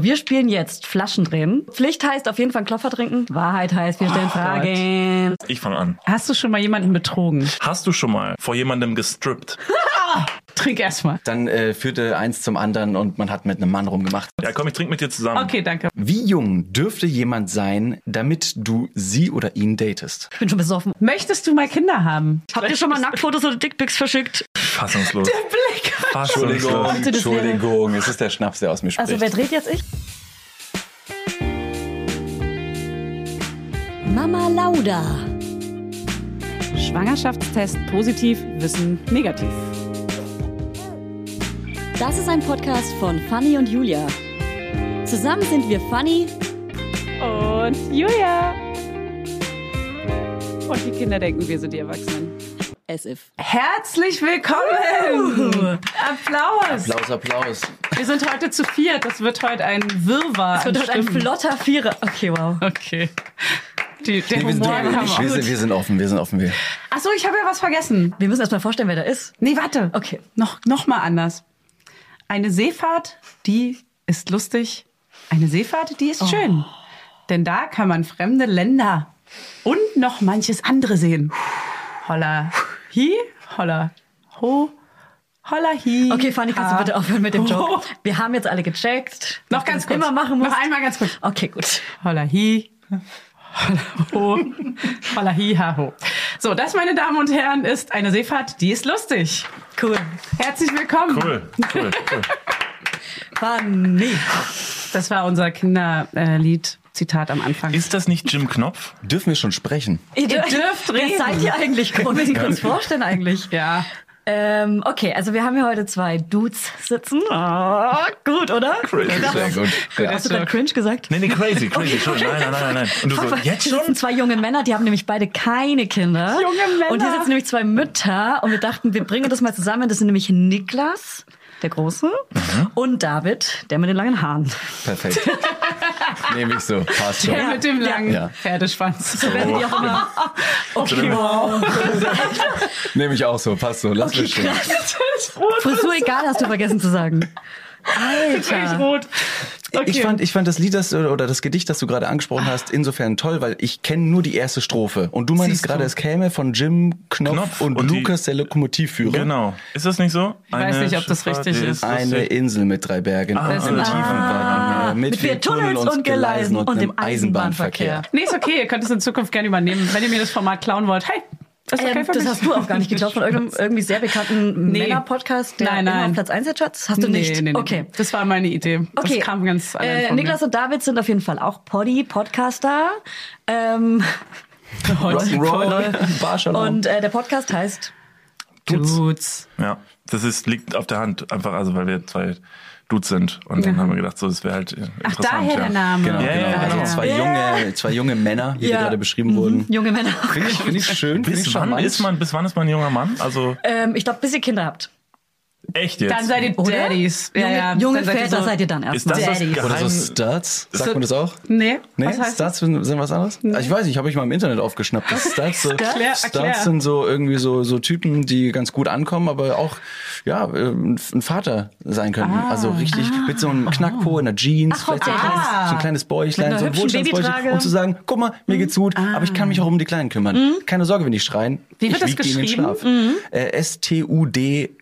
Wir spielen jetzt Flaschendrehen. Pflicht heißt auf jeden Fall einen Klopfer trinken. Wahrheit heißt, wir stellen Oh Fragen. Ich fange an. Hast du schon mal jemanden betrogen? Hast du schon mal vor jemandem gestrippt? Trink erstmal. Dann äh, führte eins zum anderen und man hat mit einem Mann rumgemacht. Ja, komm, ich trinke mit dir zusammen. Okay, danke. Wie jung dürfte jemand sein, damit du sie oder ihn datest? Ich bin schon besoffen. Möchtest du mal Kinder haben? Habt ihr schon mal Nacktfotos oder Dickpics verschickt? Fassungslos. Blick. Fassungslos. das Entschuldigung, es ist der Schnaps, der aus mir spricht. Also wer dreht jetzt ich? Mama Lauda. Schwangerschaftstest positiv, Wissen negativ. Das ist ein Podcast von Fanny und Julia. Zusammen sind wir Fanny Und Julia. Und die Kinder denken, wir sind die Erwachsenen. as if. Herzlich willkommen! Applaus. Applaus, Applaus. Wir sind heute zu viert. Das wird heute ein Wirrwarr. Es wird an heute ein Stimmen. flotter Vierer. Okay, wow. Okay. Die, der Wir sind, Humor kam wir, auch. sind, wir sind offen, wir sind offen. Wir. Achso, ich habe ja was vergessen. Wir müssen erst mal vorstellen, wer da ist. Nee, warte. Okay. Noch, noch mal anders. Eine Seefahrt, die ist lustig. Eine Seefahrt, Oh. die ist schön. Denn da kann man fremde Länder und noch manches andere sehen. Holla hi, holla ho, holla hi. Okay, Fanny, kannst du ha. bitte aufhören mit dem ho. Joke? Wir haben jetzt alle gecheckt. Oh. Noch was ganz du kurz. Immer machen musst. Noch einmal ganz kurz. Okay, gut. Holla hi, holla ho, holla hi, ha, ho. So, das, meine Damen und Herren, ist eine Seefahrt, die ist lustig. Cool. Herzlich willkommen. Cool, cool, cool. Fanny. Das war unser Kinderlied. Zitat am Anfang. Ist das nicht Jim Knopf? Dürfen wir schon sprechen? Ihr dürft Wer reden. seid ihr eigentlich? Wollen wir uns kurz vorstellen eigentlich? ja. Ähm, okay, also wir haben hier heute zwei Dudes sitzen. Ah, gut, oder? Sehr gut. Ja. Hast du gerade cringe gesagt? Nee, nee, crazy, crazy. Schon. Nein, nein, nein, nein, nein. Und du so, Fuck, jetzt hier sitzen schon? zwei junge Männer, die haben nämlich beide keine Kinder. Junge Männer. Und hier sitzen nämlich zwei Mütter und wir dachten, wir bringen das mal zusammen. Das sind nämlich Niklas, der Große, und David, der mit den langen Haaren. Perfekt. Nehme ich so. Passt schon. mit dem langen Ja. Pferdeschwanz. Werden die auch immer. Okay, wow. Nehme ich auch so. Passt so. Lass Okay, mich stehen. krass. Frisur egal, hast du vergessen zu sagen. Alter. rot. Okay. Ich, fand, ich fand das Lied das, oder das Gedicht, das du gerade angesprochen hast, insofern toll, weil ich kenne nur die erste Strophe. Und du meinst Siehst du. gerade, es käme von Jim Knopf, Knopf und, und die- Lukas, der Lokomotivführer. Genau. Ist das nicht so? Ich weiß nicht, ob das richtig ist. Eine Insel mit drei Bergen Das und einem ist- tiefen äh, Wald. Mit, vier Ah, Tunnels und Gleisen und dem Eisenbahnverkehr. nee, ist okay. Ihr könnt es in Zukunft gerne übernehmen. Wenn ihr mir das Format klauen wollt, hey, ist okay Ähm, für das mich. hast du auch gar nicht geglaubt von irgendeinem irgendwie sehr bekannten Nee. Männer-Podcast, der Nein, nein. immer auf Platz 1 hat, Schatz? Hast du nee, nicht? Nee, nee, okay. Das war meine Idee. Okay. Das kam ganz allein äh, von Niklas und David sind auf jeden Fall auch Poddy, Podcaster. Ähm, mir. Rock'n'Roll, Barschalom. und äh, der Podcast heißt Dudes. Ja, das ist, liegt auf der Hand. Einfach, also, weil wir zwei Dudes sind. Und dann haben wir gedacht, so, das wäre halt Ach, interessant. daher ja. der Name. Genau, Ja, genau. ja, Also genau. zwei, Ja. junge, zwei junge Männer, wie Ja. mhm, die gerade beschrieben wurden. Junge Männer. Finde ich, finde ich schön. Finde ich Bis wann, charmant. ist man, bis wann ist man ein junger Mann? Also, Ähm, ich glaube, bis ihr Kinder habt. echt jetzt. Dann seid ihr Oder? Daddies. Junge, junge Väter so- seid ihr dann ist erstmal. das das Daddies. Geheim? Oder so Starts? Sagt man das auch? Nee, Nee, was heißt Starts sind, sind was anderes? Ah, Ich weiß nicht, habe ich mal im Internet aufgeschnappt. dass Starts, so, Erklär, erklär. Starts sind so irgendwie so, so Typen, die ganz gut ankommen, aber auch ja, äh, ein ein Vater sein könnten. Ah. also richtig mit so einem Knackpo in der Jeans, Ach, vielleicht so ein okay. kleines, ah. so ein kleines Bäuchlein, Mit einer so ein hübschen Babytrage. Wohlstandsbäuchlein, um zu sagen, guck mal, Mhm. mir geht's gut, aber ich kann mich auch um die Kleinen kümmern. Keine Sorge, wenn die schreien. Ah. Wie wird ich das wieg die in den geschrieben? Mhm. Schlaf. Äh, S-T-U-D-S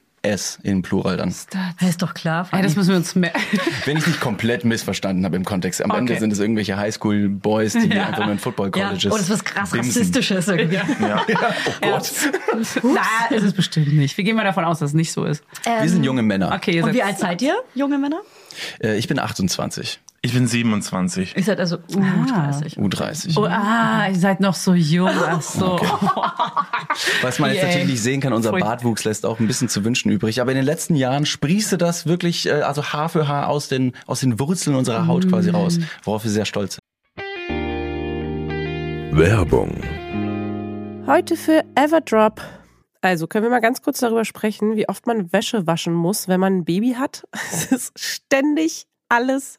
in Plural dann. Ja, ist doch klar. Ja, Fanny. das müssen wir uns merken. Wenn ich nicht komplett missverstanden habe im Kontext. Am Ende Okay. sind es irgendwelche Highschool-Boys, die Ja. einfach nur in ja. Und Football-Colleges. das ist was krass bimsen. Rassistisches irgendwie. Oh Gott. Na, ist es bestimmt nicht. Wir gehen mal davon aus, dass es nicht so ist. Wir sind junge Männer. Okay, ihr Und seid wie alt seid ihr, junge Männer? Äh, Ich bin 28, Ich bin 27. Ihr seid also U30. U30. Oh, ah, ihr seid noch so jung. Ach so. Was man jetzt Yay. natürlich nicht sehen kann, unser Pfui. Bartwuchs lässt auch ein bisschen zu wünschen übrig. Aber in den letzten Jahren sprießte das wirklich, äh, also Haar für Haar aus den, aus den Wurzeln unserer Haut quasi raus, worauf wir sehr stolz sind. Werbung. Heute für Everdrop. Also können wir mal ganz kurz darüber sprechen, wie oft man Wäsche waschen muss, wenn man ein Baby hat. Es ist ständig alles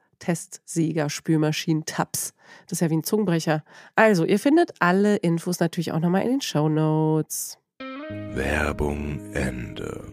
Testsieger, Spülmaschinen, Tabs. Das ist ja wie ein Zungenbrecher. Also, ihr findet alle Infos natürlich auch nochmal in den Show Notes. Werbung Ende.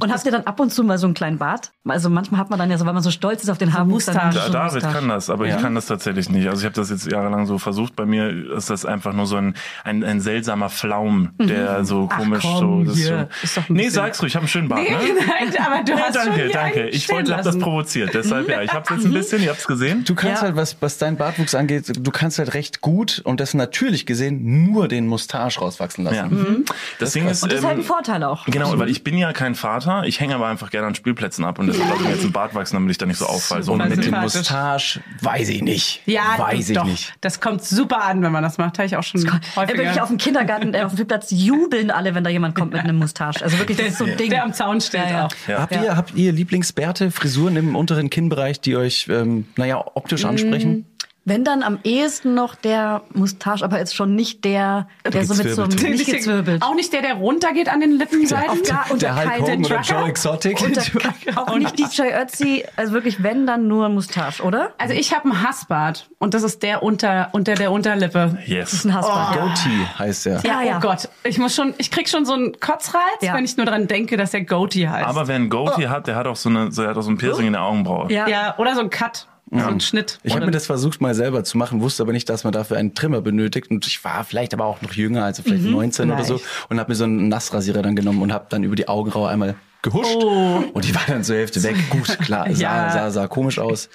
Und habt ihr dann ab und zu mal so einen kleinen Bart? Also manchmal hat man dann ja so, weil man so stolz ist auf den Haarwuchs. dann Mustache. so Da, eine David Mustache. kann das, aber ich kann das tatsächlich nicht. Also ich habe das jetzt jahrelang so versucht. Bei mir ist das einfach nur so ein, ein, ein seltsamer Flaum, der so komisch Mhm. komm, so. Das ist hier. so Ist doch ein nee, bisschen- sag's ruhig, ich habe einen schönen Bart. Nee, ne? nein, aber du hast schon danke, hier danke. einen Ich stehen wollte, hab das lassen. provoziert. Deshalb ja, ich hab's jetzt Mhm. ein bisschen, ihr habt's gesehen. Du Ja. kannst halt, was, was dein Bartwuchs angeht, du kannst halt recht gut und das natürlich gesehen nur den Mustache rauswachsen lassen. Ja. Mhm. Das Ding ist, Das ist halt ähm, ein Vorteil auch. genau, weil ich bin ja kein Vater, ich hänge aber einfach gerne an Spielplätzen ab und deshalb lasse ich mir jetzt einen Bart wachsen, damit ich da nicht so auffalle. So Und mit dem sympathisch. Mustache weiß ich nicht. Ja, weiß ich doch. nicht. Das kommt super an, wenn man das macht. Habe ich auch schon Ey, wirklich häufiger. auf dem Kindergarten, äh, auf dem Spielplatz jubeln alle, wenn da jemand kommt mit einem Mustache. Also wirklich, das ist so ein Ding. Der am Zaun steht Ja, ja. auch. Habt, ihr, habt ihr Lieblingsbärte, Frisuren im unteren Kinnbereich, die euch, ähm, naja, Mm. optisch ansprechen? Wenn dann am ehesten noch der Mustache, aber jetzt schon nicht der, der so mit so einem Gezwirbelt. nicht gezwirbelt. Auch nicht der, der runtergeht an den Lippenseiten. Ja, und der Hulk kalte Hogan oder Trucker. Joe Exotic? Und der, auch nicht die Joy Ötzi, also wirklich, wenn dann nur ein Mustache, oder? Also ich habe einen Hassbart und das ist der unter unter der Unterlippe. Das ist Yes. ein Hassbart. Goatee heißt er. Ja, Ja, ja. oh Gott, ich muss schon, ich krieg schon so einen Kotzreiz, Ja. wenn ich nur dran denke, dass der Goatee heißt. Aber wer einen Goatee hat, der hat auch so eine, so, der hat auch so ein Piercing in der Augenbraue. Oh. Ja. ja, oder so ein Cut, so ein Schnitt. Ich habe Oder- mir das versucht mal selber zu machen, wusste aber nicht, dass man dafür einen Trimmer benötigt. Und ich war vielleicht aber auch noch jünger, also vielleicht Mhm. 19 oder so. Und habe mir so einen Nassrasierer dann genommen und habe dann über die Augenbraue einmal gehuscht. Und die war dann zur Hälfte weg. Gut, klar, sah, Oh. Ja. sah, sah komisch aus.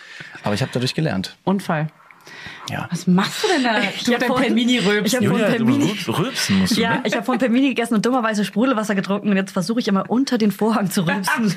Aber ich habe dadurch gelernt. Unfall. Ja. Was machst du denn da? Du hab dein vorhin- Pelmini-Röps. Ich hab Julia, vorhin du Pelmini- rübs- rülpsen musst du, Ja, ne? ich habe von Permini gegessen und dummerweise Sprudelwasser getrunken und jetzt versuche ich immer unter den Vorhang zu rülpsen,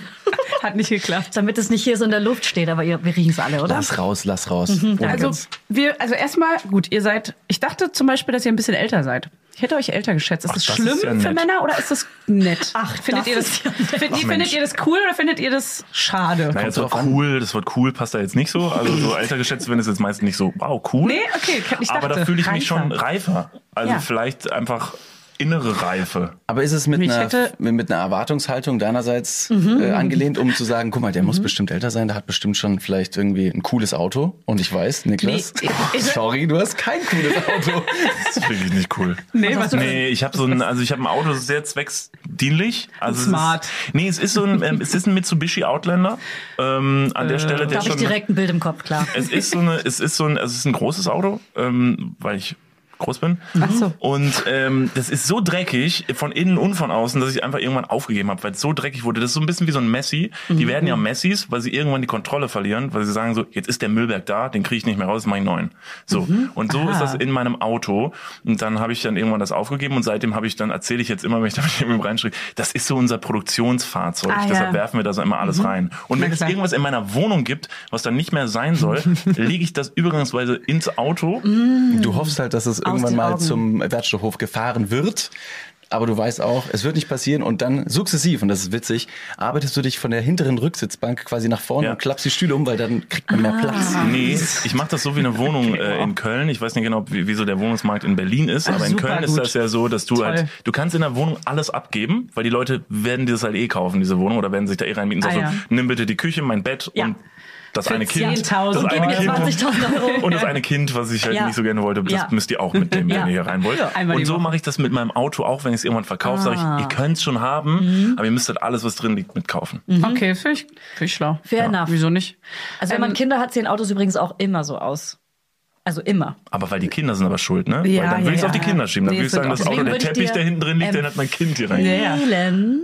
Hat nicht geklappt. damit es nicht hier so in der Luft steht. Aber ihr, wir riechen es alle, oder? Lass raus, lass raus. Ohne Also, Witz. wir, also erstmal, gut, ihr seid, ich dachte zum Beispiel, dass ihr ein bisschen älter seid. Ich hätte euch älter geschätzt. Ist das, das schlimm ist ja für nett. Männer oder ist das nett? Ach, findet das ihr das, ist ja nett. findet, findet Mensch. ihr das cool oder findet ihr das schade? Naja, Kommt das Wort drauf an. cool, das Wort cool passt da jetzt nicht so. Also so alter geschätzt werden ist jetzt meistens nicht so, wow, cool. Nee, okay, ich dachte, Aber da fühle ich mich schon reifer. reifer. Also Ja. vielleicht einfach innere Reife. Aber ist es mit Mich einer, hätte- Mhm. mit, mit einer Erwartungshaltung deinerseits äh, angelehnt, um zu sagen, guck mal, der muss bestimmt älter sein, der hat bestimmt schon vielleicht irgendwie ein cooles Auto. Und ich weiß, Niklas, Nee, ich- ich- sorry, du hast kein cooles Auto. Das ist wirklich nicht cool. Nee, was Nee, ich habe so ein, also ich habe ein Auto das ist sehr zwecksdienlich. Also Smart. Es ist, nee, es ist so ein, ähm, es ist ein Mitsubishi Outlander. Ähm, an Äh, der Stelle, der Da habe ich schon. direkt ein Bild im Kopf, klar. Es ist so eine, es ist so ein, also es ist ein großes Auto, ähm, weil ich groß bin. Ach so. Und ähm, das ist so dreckig, von innen und von außen, dass ich einfach irgendwann aufgegeben habe, weil es so dreckig wurde. Das ist so ein bisschen wie so ein Messi. Die Mhm. werden ja Messis, weil sie irgendwann die Kontrolle verlieren, weil sie sagen so, jetzt ist der Müllberg da, den kriege ich nicht mehr raus, mach ich einen neuen. So. Mhm. Und so ist das in meinem Auto. Und dann habe ich dann irgendwann das aufgegeben und seitdem habe ich dann, erzähle ich jetzt immer, wenn ich da mit jemandem reinschrieb, das ist so unser Produktionsfahrzeug. Ah, ja. Deshalb werfen wir da so immer alles rein. Und wenn es Merkst du. irgendwas in meiner Wohnung gibt, was dann nicht mehr sein soll, lege ich das übergangsweise ins Auto. Du hoffst halt, dass es irgendwann den mal Augen. zum Wertstoffhof gefahren wird. Aber du weißt auch, es wird nicht passieren und dann sukzessiv, und das ist witzig, arbeitest du dich von der hinteren Rücksitzbank quasi nach vorne Ja. und klappst die Stühle um, weil dann kriegt man mehr Ah. Platz. Nee, ich mache das so wie eine Wohnung äh, in Köln. Ich weiß nicht genau, wie, wie so der Wohnungsmarkt in Berlin ist, aber in super Köln ist gut. das ja so, dass du Toll. halt, du kannst in der Wohnung alles abgeben, weil die Leute werden dir das halt eh kaufen, diese Wohnung, oder werden sich da eh reinmieten. Ah, Sagst du, ja. nimm bitte die Küche, mein Bett Ja. und das Für eine Kind. Das 10.000 eine Euro. Kind. 20.000 Euro. Und das eine Kind, was ich halt Ja. nicht so gerne wollte, das Ja. müsst ihr auch mitnehmen, wenn Ja. ihr hier rein wollt. Ja, einmal die und so Woche. Ah. mache ich das mit meinem Auto auch, wenn ich es irgendwann verkaufe, sage ich, ihr könnt es schon Mhm. haben, aber ihr müsst halt alles, was drin liegt, mitkaufen. Okay, finde ich, find ich schlau. Fair enough. Wieso nicht? Ähm, Also wenn man Kinder hat, sehen Autos übrigens auch immer so aus. Also immer. Aber weil die Kinder sind aber schuld, ne? Ja, weil dann will ja, ich es auf die ja. Kinder schieben. Dann Nee, will es ich sagen, sind das auch- Auto, Deswegen der würde ich Teppich, dir der hinten drin liegt, den empf- hat mein Kind hier rein. Ja, ja. Empfehlen,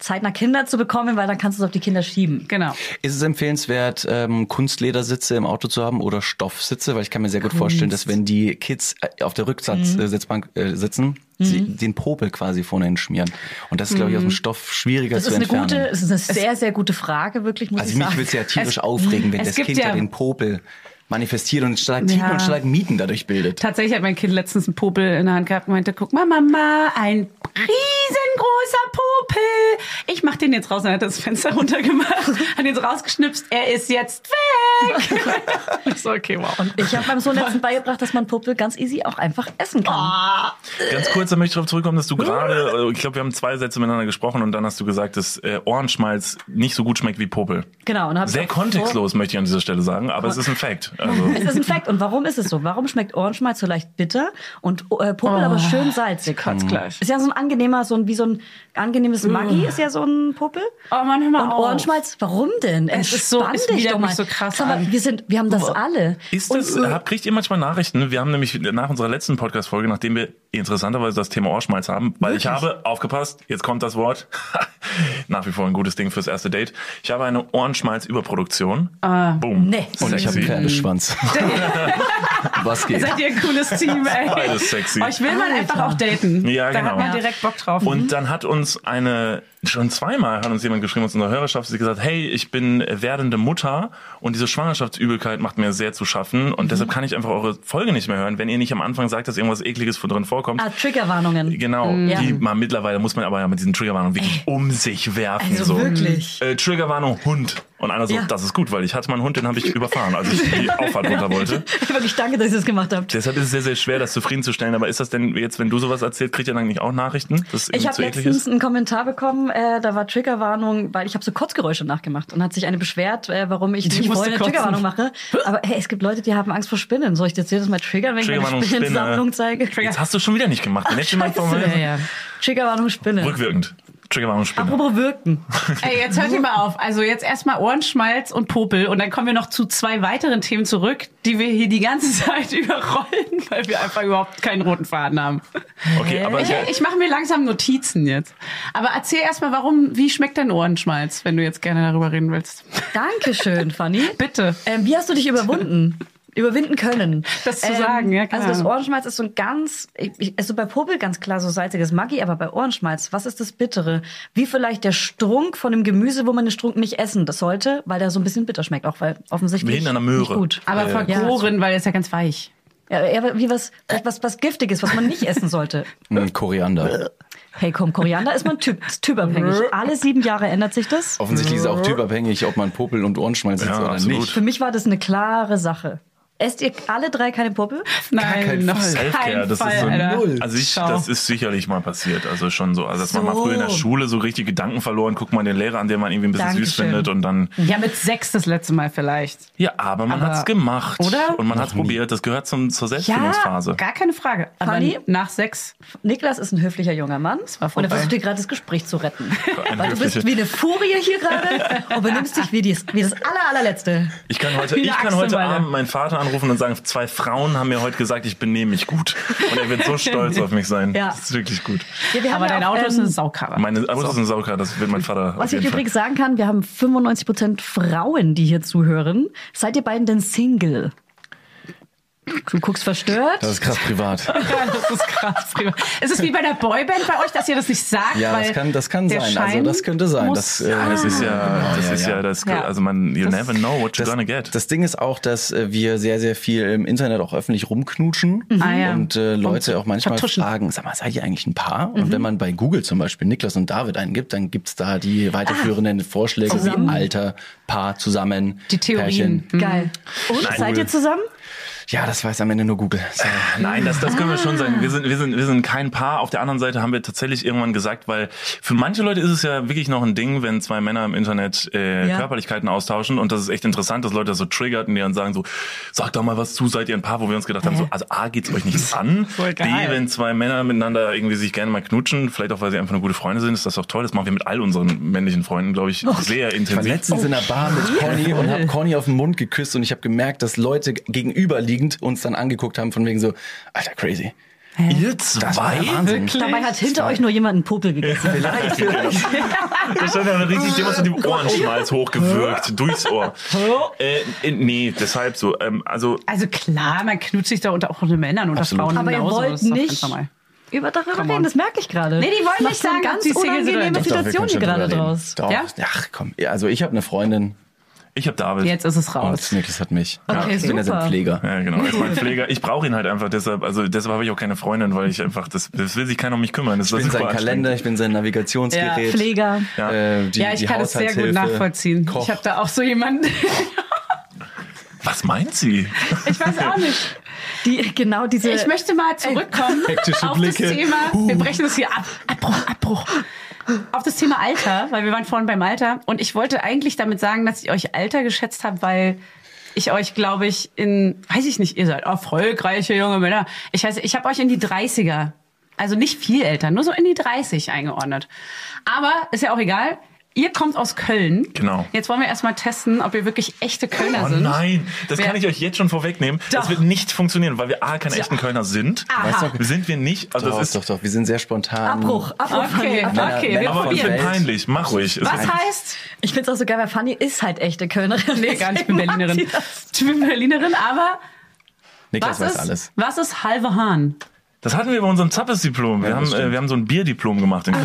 zeitnah Kinder zu bekommen, weil dann kannst du es auf die Kinder schieben. Genau. Ist es empfehlenswert, ähm, Kunstledersitze im Auto zu haben oder Stoffsitze? Weil ich kann mir sehr gut vorstellen, dass wenn die Kids äh, auf der Rücksitzbank Mhm. äh, sitzen, sie den Popel quasi vorne hin schmieren. Und das ist, glaube ich, aus Mhm. dem Stoff schwieriger Das zu ist eine entfernen. gute, das ist eine sehr, sehr gute Frage, wirklich, muss ich also mich sagen. würde es ja tierisch Es- aufregen, wenn es das gibt Kind ja, ja- den Popel manifestiert und stark Ja. und stark Mieten dadurch bildet. Tatsächlich hat mein Kind letztens einen Popel in der Hand gehabt und meinte, guck mal, Mama, ein riesengroßer Popel. Ich mach den jetzt raus. Und er hat das Fenster runtergemacht, hat ihn so rausgeschnipst. Er ist jetzt weg. ich so, okay, wow. Ich habe meinem Sohn letztens beigebracht, dass man Popel ganz easy auch einfach essen kann. Ganz kurz, da möchte ich darauf zurückkommen, dass du Hm. gerade, äh, ich glaube, wir haben zwei Sätze miteinander gesprochen und dann hast du gesagt, dass äh, Ohrenschmalz nicht so gut schmeckt wie Popel. Genau, und hab ich Sehr auch kontextlos, möchte ich an dieser Stelle sagen, aber es ist ein Fact. Also, Es ist ein Fact. Und warum ist es so? Warum schmeckt Ohrenschmalz so leicht bitter und äh, Popel Oh. aber schön salzig? Kotz gleich. Ist ja so ein angenehmer, so ein, wie so ein angenehmes Maggi ist ja so ein Popel. Oh Mann, hör mal Und auf. Ohrenschmalz, warum denn? Es ist so- Entspann es dich widert doch mich mal. so krass Sag mal, an. Wir, sind, wir haben das alle. ist Und, das, äh, hab, kriegt ihr manchmal Nachrichten? Wir haben nämlich nach unserer letzten Podcast-Folge, nachdem wir interessanterweise das Thema Ohrschmalz haben, weil ich habe, aufgepasst, jetzt kommt das Wort, nach wie vor ein gutes Ding fürs erste Date, ich habe eine Ohrenschmalz-Überproduktion. Ah, Boom. Nee. Oh, Und ne. ich habe einen Pferdeschwanz. Was geht? Seid ihr ein cooles Team, ey. Beides sexy. Euch will man einfach auch daten. Ja, da genau. hat man direkt Bock drauf. Mhm. Und dann hat uns eine, schon zweimal hat uns jemand geschrieben aus unserer Hörerschaft, sie gesagt, hey, ich bin äh, werdende Mutter und diese Schwangerschaftsübelkeit macht mir sehr zu schaffen Mhm. und deshalb kann ich einfach eure Folge nicht mehr hören, wenn ihr nicht am Anfang sagt, dass irgendwas Ekliges von drin vorkommt. Ah, Triggerwarnungen. Genau, Ja. die man mittlerweile muss man aber ja mit diesen Triggerwarnungen wirklich um sich werfen. Also so. wirklich. Äh, Triggerwarnung Hund. Und einer so, Ja. das ist gut, weil ich hatte mal einen Hund, den habe ich überfahren, als ich die Auffahrt runter wollte. Wirklich danke, dass ihr das gemacht habt. Deshalb ist es sehr, sehr schwer, das zufriedenzustellen. Aber ist das denn jetzt, wenn du sowas erzählst, kriegt ihr dann nicht auch Nachrichten, dass es Ich irgendwie habe zu eklig letztens ist? einen Kommentar bekommen, äh, da war Triggerwarnung, weil ich habe so Kotzgeräusche nachgemacht und hat sich eine beschwert, äh, warum ich nicht musste vorher eine kotzen. Triggerwarnung mache. Aber hey, es gibt Leute, die haben Angst vor Spinnen. Soll ich jetzt jedes Mal triggern, wenn ich Triggerwarnung, meine Spinnensammlung zeige? Jetzt hast du schon wieder nicht gemacht. Wenn jetzt jemand vor Scheiße. mir- Triggerwarnung Spinne. Rückwirkend. Triggerwarnung Spinne. Apropos wirken. Ey, jetzt hört ihr mal auf. Also jetzt erstmal Ohrenschmalz und Popel und dann kommen wir noch zu zwei weiteren Themen zurück, die wir hier die ganze Zeit überrollen, weil wir einfach überhaupt keinen roten Faden haben. Okay, aber äh, Ich, ich mache mir langsam Notizen jetzt. Aber erzähl erstmal, warum, wie schmeckt dein Ohrenschmalz, wenn du jetzt gerne darüber reden willst? Dankeschön, Fanny. Bitte. Ähm, wie hast du dich überwunden? Überwinden können. Das zu sagen, ja, klar. Also das Ohrenschmalz ist so ein ganz, ich- ich- also bei Popel ganz klar so salziges Maggi, aber bei Ohrenschmalz, was ist das Bittere? Wie vielleicht der Strunk von dem Gemüse, wo man den Strunk nicht essen das sollte, weil der so ein bisschen bitter schmeckt, auch weil offensichtlich Wie in einer Möhre. nicht gut. Äh, Aber Ja. vergoren, weil er ist ja ganz weich. Ja, eher wie was, vielleicht was, was Giftiges, was man nicht essen sollte. Ein Hm, Koriander. Hey, komm, Koriander ist man typ, ist typabhängig. Alle sieben Jahre ändert sich das. Offensichtlich ist es auch typabhängig, ob man Popel und Ohrenschmalz sitzt Ja, oder absolut. nicht. Für mich war das eine klare Sache. Esst ihr alle drei keine Popel? Nein, noch Selfcare, kein das Fall, ist so Alter. ein Also ich, Schau. das ist sicherlich mal passiert. Also schon so. Also dass man mal So. früher in der Schule so richtig Gedanken verloren, guckt man den Lehrer an, den man irgendwie ein bisschen süß Dankeschön. findet und dann. Ja, mit sechs das letzte Mal vielleicht. Ja, aber man Aber- hat's gemacht. Oder? Und man hat's probiert. Das gehört zum, zur Ja, Selbstfindungsphase. gar keine Frage. Aber Fanny? nach sechs. Niklas ist ein höflicher junger Mann war und vorbei. er versucht dir gerade das Gespräch zu retten. Ein Weil du bist höflicher- wie eine Furie hier gerade und benimmst dich wie, dies, wie das allerallerletzte. Ich kann heute, Wie ich eine kann Axt im heute Walde. Abend meinen Vater anrufen und sagen, zwei Frauen haben mir heute gesagt, ich benehme mich gut. Und er wird so stolz auf mich sein. Ja. Das ist wirklich gut. Ja, wir haben Aber ja dein auch, Auto ist ähm, eine Saukarre. Meine also Autos sind sauker, das wird mein Vater. auf Was ich jeden Fall. übrigens sagen kann, wir haben 95% Frauen, die hier zuhören. Seid ihr beiden denn Single? Du guckst verstört. Das ist krass privat. Ja, das ist krass prima. Es ist wie bei der Boyband bei euch, dass ihr das nicht sagt. Ja, weil das kann, das kann der sein. Schein also das könnte sein. muss- Das, äh, Ja, Ah, das ist ja, das ja, ist ja, ja. das, Ja. also man, you Das- never know what you're das, gonna get. das Ding ist auch, dass äh, wir sehr, sehr viel im Internet auch öffentlich rumknutschen Ah, ja. und äh, Leute auch manchmal vertuschen. Mhm. fragen, sag mal, seid ihr eigentlich ein Paar? Und wenn man bei Google zum Beispiel Niklas und David eingibt, dann gibt's da die weiterführenden Vorschläge Zusammen. wie Alter, Paar, zusammen, Ah. Die Theorien. Pärchen. Geil. Und seid ihr zusammen? Ja, das weiß am Ende nur Google. Sorry. Ah, Nein, das, das können wir schon sagen. Wir sind, wir, sind, wir sind kein Paar. Auf der anderen Seite haben wir tatsächlich irgendwann gesagt, weil für manche Leute ist es ja wirklich noch ein Ding, wenn zwei Männer im Internet äh, Ja. Körperlichkeiten austauschen. Und das ist echt interessant, dass Leute das so triggert und die dann sagen so, sag doch mal was zu, seid ihr ein Paar, wo wir uns gedacht haben, so, also A, geht's euch nicht an. Voll B, geil. wenn zwei Männer miteinander irgendwie sich gerne mal knutschen, vielleicht auch, weil sie einfach nur gute Freunde sind, ist das doch toll. Das machen wir mit all unseren männlichen Freunden, glaube ich, sehr Ich war intensiv. letztens in der Bar mit Conny und hab Conny auf den Mund geküsst und ich habe gemerkt, dass Leute gegenüberliegend uns dann angeguckt haben von wegen so, Alter, crazy. Ihr Das war der zwei? Wahnsinn. Dabei hat hinter euch nur jemand einen Popel gegessen. Vielleicht, vielleicht. Das hat dann richtig jemand zu dem Ohrenschmalz hochgewirkt, durchs Ohr. Äh, äh, nee, deshalb so. Ähm, also Also klar, man knutscht sich da unter auch unter Männern und Absolut. Frauen Aber ihr genauso. wollt das ist doch nicht ganz normal. über darüber Come reden, on. das merke ich gerade. Nee, die wollen nicht sagen, ob ganz sie Single sind. unangenehme Doch, Doch, wir Situation können schon gerade drüber reden. draus. Doch. Ja? Ach komm, Ja, also ich habe eine Freundin ich habe David. Jetzt ist es und raus. Niklas hat mich. Okay, ich bin ja super. sein Pfleger. Ja, genau. Er ist mein Pfleger. Ich brauche ihn halt einfach deshalb. Also deshalb habe ich auch keine Freundin, weil ich einfach das, das will sich keiner um mich kümmern. Das Ich bin ist sein Kalender, ich bin sein Navigationsgerät. Ja, Pfleger. Ja. Äh, die, ja, ich die kann das sehr gut Haushaltshilfe, nachvollziehen. Koch. Ich habe da auch so jemanden. Was meint sie? ich weiß auch nicht. Die, genau diese. Ich möchte mal zurückkommen Hektische auf Blicke. das Thema. Wir brechen das hier ab. Abbruch, Abbruch. Auf das Thema Alter, weil wir waren vorhin beim Alter. Und ich wollte eigentlich damit sagen, dass ich euch Alter geschätzt habe, weil ich euch, glaube ich, in, weiß ich nicht, ihr seid erfolgreiche junge Männer. Ich weiß, ich habe euch in die 30er, also nicht viel älter, nur so in die 30 eingeordnet. Aber ist ja auch egal. Ihr kommt aus Köln. Genau. Jetzt wollen wir erstmal testen, ob ihr wirklich echte Kölner Oh sind. nein, das Wer- kann ich euch jetzt schon vorwegnehmen. Das Also Doch. wird nicht funktionieren, weil wir A, keine echten Kölner sind. Aha. Sind wir nicht. Also Doch, das ist, doch, doch, wir sind sehr spontan. Abbruch, Abbruch. Okay, Fanny, Abbruch. okay, wir Ähm, Männer- aber ich bin probieren. Welt. peinlich. Mach ruhig. Es Was ist- heißt Ich finde es auch so geil, weil Fanny ist halt echte Kölnerin. Nee, gar nicht. Ich bin Deswegen mag Berlinerin. sie das. Ich bin Berlinerin, aber Niklas was weiß ist, alles. was ist halbe Hahn? das hatten wir bei unserem Zappes-Diplom. Wir, Ja, das haben, äh, wir haben so ein Bierdiplom gemacht in Köln.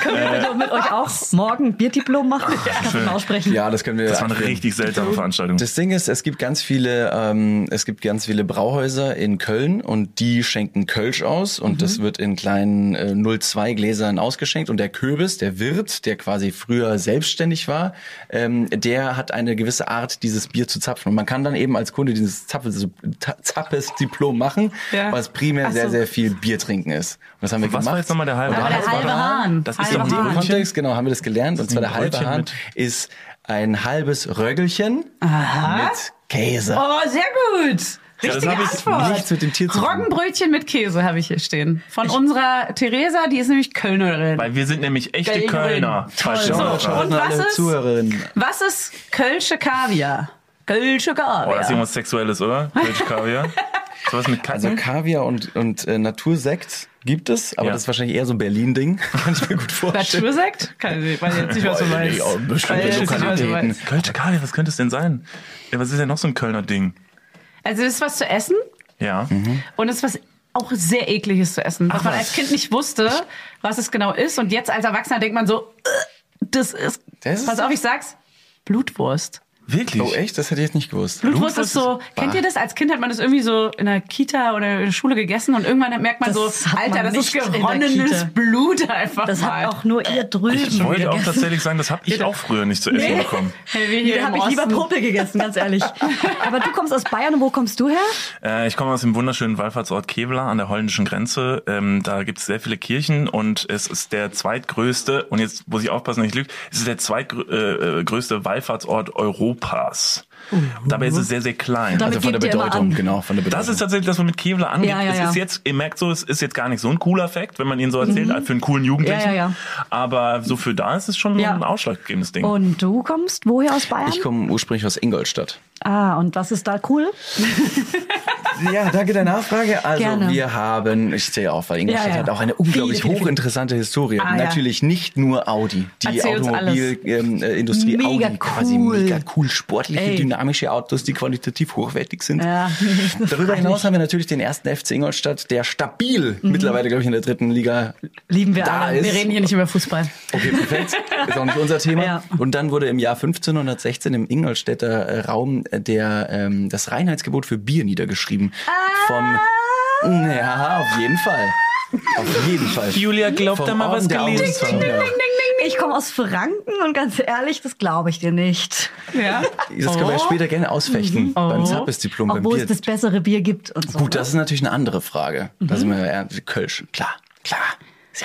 Können wir Also mit euch auch morgen Bierdiplom machen? Ich kann es nicht aussprechen. Ja, das können wir. Das war eine einführen. richtig seltsame Veranstaltung. Das Ding ist, es gibt ganz viele, ähm, es gibt ganz viele Brauhäuser in Köln und die schenken Kölsch aus und das Mhm. wird in kleinen äh, 02 Gläsern ausgeschenkt und der Köbis, der Wirt, der quasi früher selbstständig war, ähm, der hat eine gewisse Art, dieses Bier zu zapfen und man kann dann eben als Kunde dieses Zappes- Ta- Zappes-Diplom machen, Ja. was primär Ach sehr, so. sehr viel Bier trinken ist. Und das haben wir Was gemacht. war jetzt nochmal der halbe Aber der Hahn? halbe Hahn. Das Halbe ist doch die Hahn. Im Brötchen. Kontext, genau, haben wir das gelernt. Und ist zwar ein der halbe Brötchen Hahn mit- ist ein halbes Röggelchen mit Käse. Oh, sehr gut. Ja, das Richtige hab ich Antwort. nichts mit dem Tier zu tun. Roggenbrötchen mit Käse habe ich hier stehen. Von unserer Theresa, die ist nämlich Kölnerin. Weil wir sind nämlich echte Berlin. Kölner. Falsche So, Sprache. und An was alle ist- Zuhörerinnen. Was ist Kölsche Kaviar? Kölsche Boah, Oh, das ist Kaviar. irgendwas Sexuelles, oder? Kölsch Kaviar. Ist was mit Also Hm? Katzen? Kaviar und, und äh, Natursekt gibt es, aber Ja. das ist wahrscheinlich eher so ein Berlin-Ding. Kann ich mir gut vorstellen. Natursekt? Kann ich weiß jetzt nicht, was du Boah, nee, meinst. auch bestimmt Weiß jetzt nicht, was du Lokalitäten. meinst. Kölsch Kaviar, was könnte es denn sein? Ja, was ist denn noch so ein Kölner Ding? Also das ist was zu essen Ja. Mhm. und das ist was auch sehr ekliges zu essen, was Ach man was. als Kind nicht wusste, was es genau ist. Und jetzt als Erwachsener denkt man so, äh, das ist, Das ist- pass auf, ich sag's, Blutwurst. Wirklich? Oh echt? Das hätte ich jetzt nicht gewusst. Blutwurst, Blutwurst ist so, kennt ihr das? Als Kind hat man das irgendwie so in der Kita oder in der Schule gegessen und irgendwann merkt man Das so, hat Alter, man das ist nicht in der Kita. geronnenes Blut einfach Das mal. hat auch nur ihr drüben. Ich wollte auch gegessen. tatsächlich sagen, das habe ich auch früher nicht zu essen bekommen. Hey, wir Nee, hier da im habe ich lieber Osten. Popel gegessen, ganz ehrlich. Aber du kommst aus Bayern und wo kommst du her? Äh, ich komme aus dem wunderschönen Wallfahrtsort Kevlar an der holländischen Grenze. Ähm, da gibt es sehr viele Kirchen und es ist der zweitgrößte, und jetzt muss ich aufpassen, dass ich lüge, es ist der zweitgrößte äh, äh, größte Wallfahrtsort Europas. Dabei ist es sehr, sehr klein. Oh, mhm. Damit Also von der gebt ihr immer Bedeutung, an. genau, von der Bedeutung. Das ist tatsächlich das, was man mit Kevlar angeht. Ja, ja, es ja. ist jetzt, ihr merkt so, es ist jetzt gar nicht so ein cooler Fact, wenn man ihn so erzählt, für einen coolen Jugendlichen. Mhm. Ja, ja, ja. Aber so für da ist es schon Ja. ein ausschlaggebendes Ding. Und du kommst woher aus Bayern? ich komme ursprünglich aus Ingolstadt. ah, und was ist da cool? Ja, danke der Nachfrage. Also Gerne. wir haben, ich sehe auf, weil Ingolstadt Ja, ja. hat auch eine unglaublich Viele, viele, hochinteressante Historie. Ah, ja. Natürlich nicht nur Audi. Die Erzähl uns Automobilindustrie Mega Audi quasi cool. mega cool sportliche, Ey. dynamische Autos, die qualitativ hochwertig sind. Ja. Darüber hinaus haben wir natürlich den ersten FC Ingolstadt, der stabil mittlerweile, glaube ich, in der dritten Liga Mhm. Lieben wir da alle. ist. Wir reden hier nicht über Fußball. Okay, perfekt. Ist auch nicht unser Thema. Ja. Und dann wurde im Jahr 1516 im Ingolstädter äh, Raum der, ähm, das Reinheitsgebot für Bier niedergeschrieben. Ah. Vom, ja, auf jeden Fall. Auf jeden Fall. Julia glaubt Vom da mal Orden was der gelesen zu haben. Augenzeugen. Ich komme aus Franken und ganz ehrlich, das glaube ich dir nicht. Ja. Das können wir ja Oh. später gerne ausfechten Mhm. beim Zappes-Diplom, beim Obwohl Bier. es das bessere Bier gibt und so. Gut, das ist natürlich eine andere Frage. Da Mhm. sind wir ja, Kölsch, klar, klar.